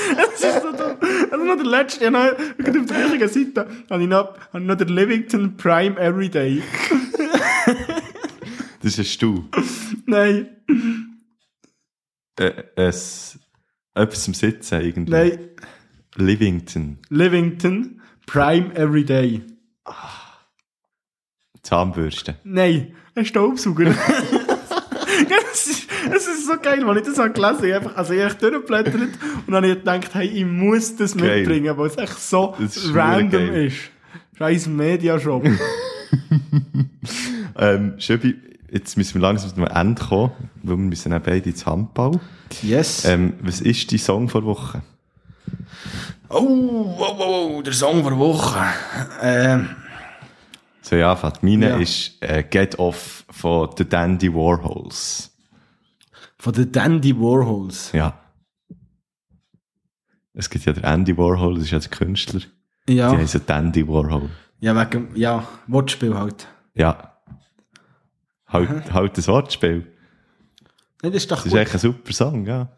A: Es ist so dumm. Das ist noch der letzte. Ich habe noch- gerade auf der gleichen Seite habe ich noch, habe ich noch den Livington Prime Everyday.
B: Das ist du.
A: Nein,
B: Äh, es, etwas zum Sitzen irgendwie.
A: nein.
B: Livington.
A: Livington Prime Everyday.
B: Zahnbürste.
A: Nein, ein Staubsauger. Es ist, es ist so geil, als ich das habe gelesen habe. Ich einfach- Also ich habe echt durchgeblättert und dann habe ich gedacht, hey, ich muss das
B: Geil.
A: mitbringen, weil es echt so
B: Das ist
A: random
B: geil.
A: ist. Scheiß Mediashop.
B: Ähm, Schöbi, jetzt müssen wir langsam zum Ende kommen, weil wir müssen auch beide ins Handball.
A: Yes.
B: Ähm, was ist dein Song vor Woche?
A: Oh, oh, oh, oh, der Song der Woche. Ähm,
B: So ja, Fat. Meine
A: Ja.
B: ist äh, Get Off von The Dandy Warhols.
A: von den Dandy Warhols.
B: Ja. Es gibt ja den Andy Warhol, das ist ja der Künstler. Die
A: Ja,
B: heißen Dandy Warhol.
A: ja wegen, ja, Wortspiel halt.
B: Ja. Halt, halt das Wortspiel.
A: Nein, das ist doch
B: Das ist
A: gut.
B: echt ein super Song, ja.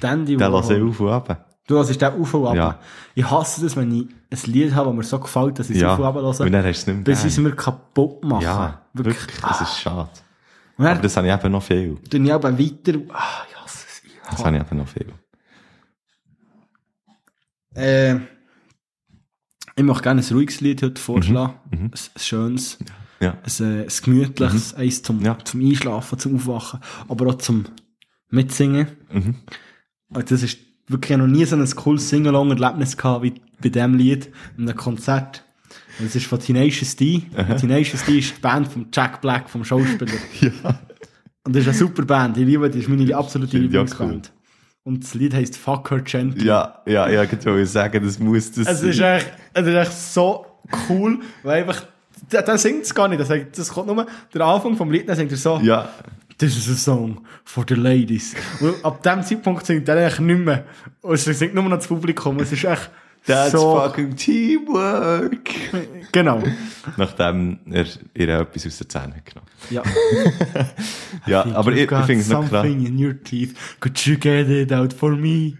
A: Dandy
B: Den lasse ich
A: Warhol.
B: auf und ab.
A: Du hast den auf und ab.
B: Ja.
A: Ich hasse das, wenn ich ein Lied habe, das mir so gefällt, dass ich es
B: Ja.
A: auf und ab
B: Und
A: höre,
B: dann hast du es nicht mehr
A: bis ich es
B: gern.
A: mir kaputt mache.
B: Ja, wirklich. Das ist schade.
A: Und dann
B: Aber das habe ich eben noch viel.
A: tue ich aber weiter. Ah, ich hasse es. Ich
B: Das
A: hasse-
B: habe ich eben noch viel.
A: Äh, ich möchte gerne ein ruhiges Lied heute vorschlagen.
B: Mhm,
A: Ein, ein schönes.
B: Ja.
A: ein, äh, ein gemütliches, eins zum,
B: Mhm. Ja.
A: zum Einschlafen, zum Aufwachen, aber auch zum Mitsingen.
B: Mhm.
A: Also das ist wirklich ich habe noch nie so ein cooles Sing-Along-Erlebnis gehabt wie bei diesem Lied, in einem Konzert. Und Es ist von Tenacious D. Tenacious D ist die Band von Jack Black, vom Schauspieler.
B: Ja.
A: Und das ist eine super Band. Ich liebe die, das ist meine absolute
B: Stimmt, ja,
A: Lieblingsband. Und das Lied heisst Fuck Her Gentle.
B: Ja, ja, ja, ich wollte sagen, das muss das
A: Es ist
B: sein.
A: echt, es ist echt so cool, weil einfach, der, der singt es gar nicht. Das, sagt- das kommt nur, der Anfang vom Lied, dann singt er so.
B: Ja,
A: This is a song for the ladies. Und ab dem Zeitpunkt singt er eigentlich nicht mehr. Und es singt nur noch das Publikum. Es ist echt
B: that's
A: so...
B: fucking Teamwork.
A: Genau.
B: Nachdem er ihr etwas aus der Zähne genommen
A: Ja.
B: hat. Ja, aber ich, ich finde es noch klar.
A: Something in your teeth. Could you get it out for me?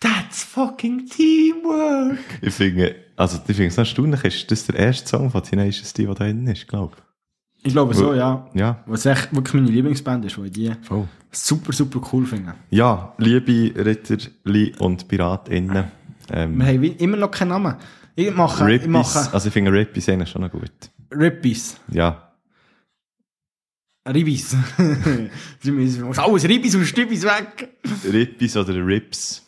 A: That's fucking teamwork.
B: Ich finde, also ich finde es noch erstaunlich, ist das der erste Song von Tenacious D, der da drin ist, glaube
A: Ich glaube so, ja.
B: ich. Ja.
A: Was echt wirklich meine Lieblingsband ist, weil ich die
B: Voll.
A: super, super cool finde.
B: Ja, liebe Ritterli und PiratInnen.
A: Wir
B: Ähm,
A: haben wie- immer noch keinen Namen. Ich mache... Ich
B: Rippies,
A: mache...
B: also ich finde Rippies eigentlich schon noch gut.
A: Rippies.
B: Ja.
A: Ribis. Sie müssen muss alles Ribis und Stibis weg.
B: Rippies oder Rips.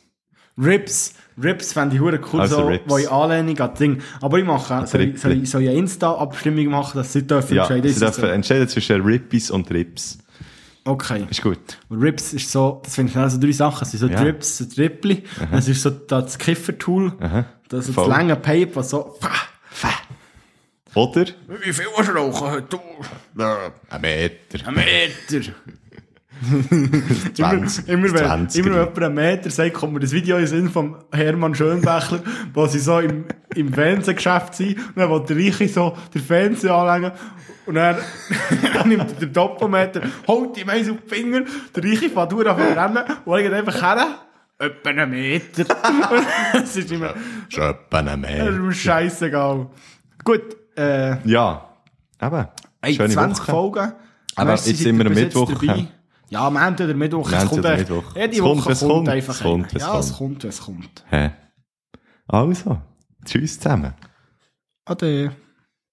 A: Rips. Rips fände ich hure cool,
B: Also
A: so,
B: Rips.
A: wo ich Anlehnung an das Ding. Aber ich mache, soll, ich,
B: Rips.
A: soll, ich, soll ich eine Insta-Abstimmung machen, dass sie dürfen
B: Ja,
A: entscheiden?
B: sie
A: Ist das
B: dürfen entscheiden zwischen Rippies und Rips.
A: so? Okay.
B: Ist gut.
A: Und Rips ist so, das finde ich auch so drei Sachen. Es sind so
B: Ja.
A: Rips, ein Drippli. Das ist so das Kiffertool.
B: Aha.
A: Das ist das
B: Voll.
A: lange Pipe, was so, pah, pah.
B: Oder?
A: Wie viel hast du rauchen heute? Du,
B: Ein Meter.
A: Ein Meter.
B: 20.
A: Immer wenn,
B: 20
A: immer wenn jemand einen Meter sagt, kommt mir das Video in den Sinn von Hermann Schönbächler, wo sie so im, im Fernsehgeschäft sind und dann will der Reiche so den Fernseher anlegen und dann, dann nimmt der Doppelmeter, holt ihm eins auf den Finger, der Reiche fährt durch auf den Rennen und er geht einfach her, etwa einen Meter. Es ist immer
B: Schon etwa ein Meter.
A: scheißegal. Gut, äh,
B: Ja. Aber.
A: Ey,
B: schöne
A: 20
B: Woche. Ah,
A: Folgen.
B: Aber jetzt
A: seid
B: sind
A: ihr
B: wir
A: bis jetzt
B: Mittwoch,
A: dabei.
B: ja.
A: Ja, wir haben den Mittwoch.
B: Wir
A: Es
B: haben
A: kommt
B: den
A: echt-
B: Mittwoch.
A: Jede
B: Es
A: Woche
B: kommt,
A: kommt,
B: es kommt,
A: einfach
B: es kommt,
A: einer.
B: es
A: ja, es kommt, es kommt.
B: Hä? Also, tschüss zusammen.
A: Ade.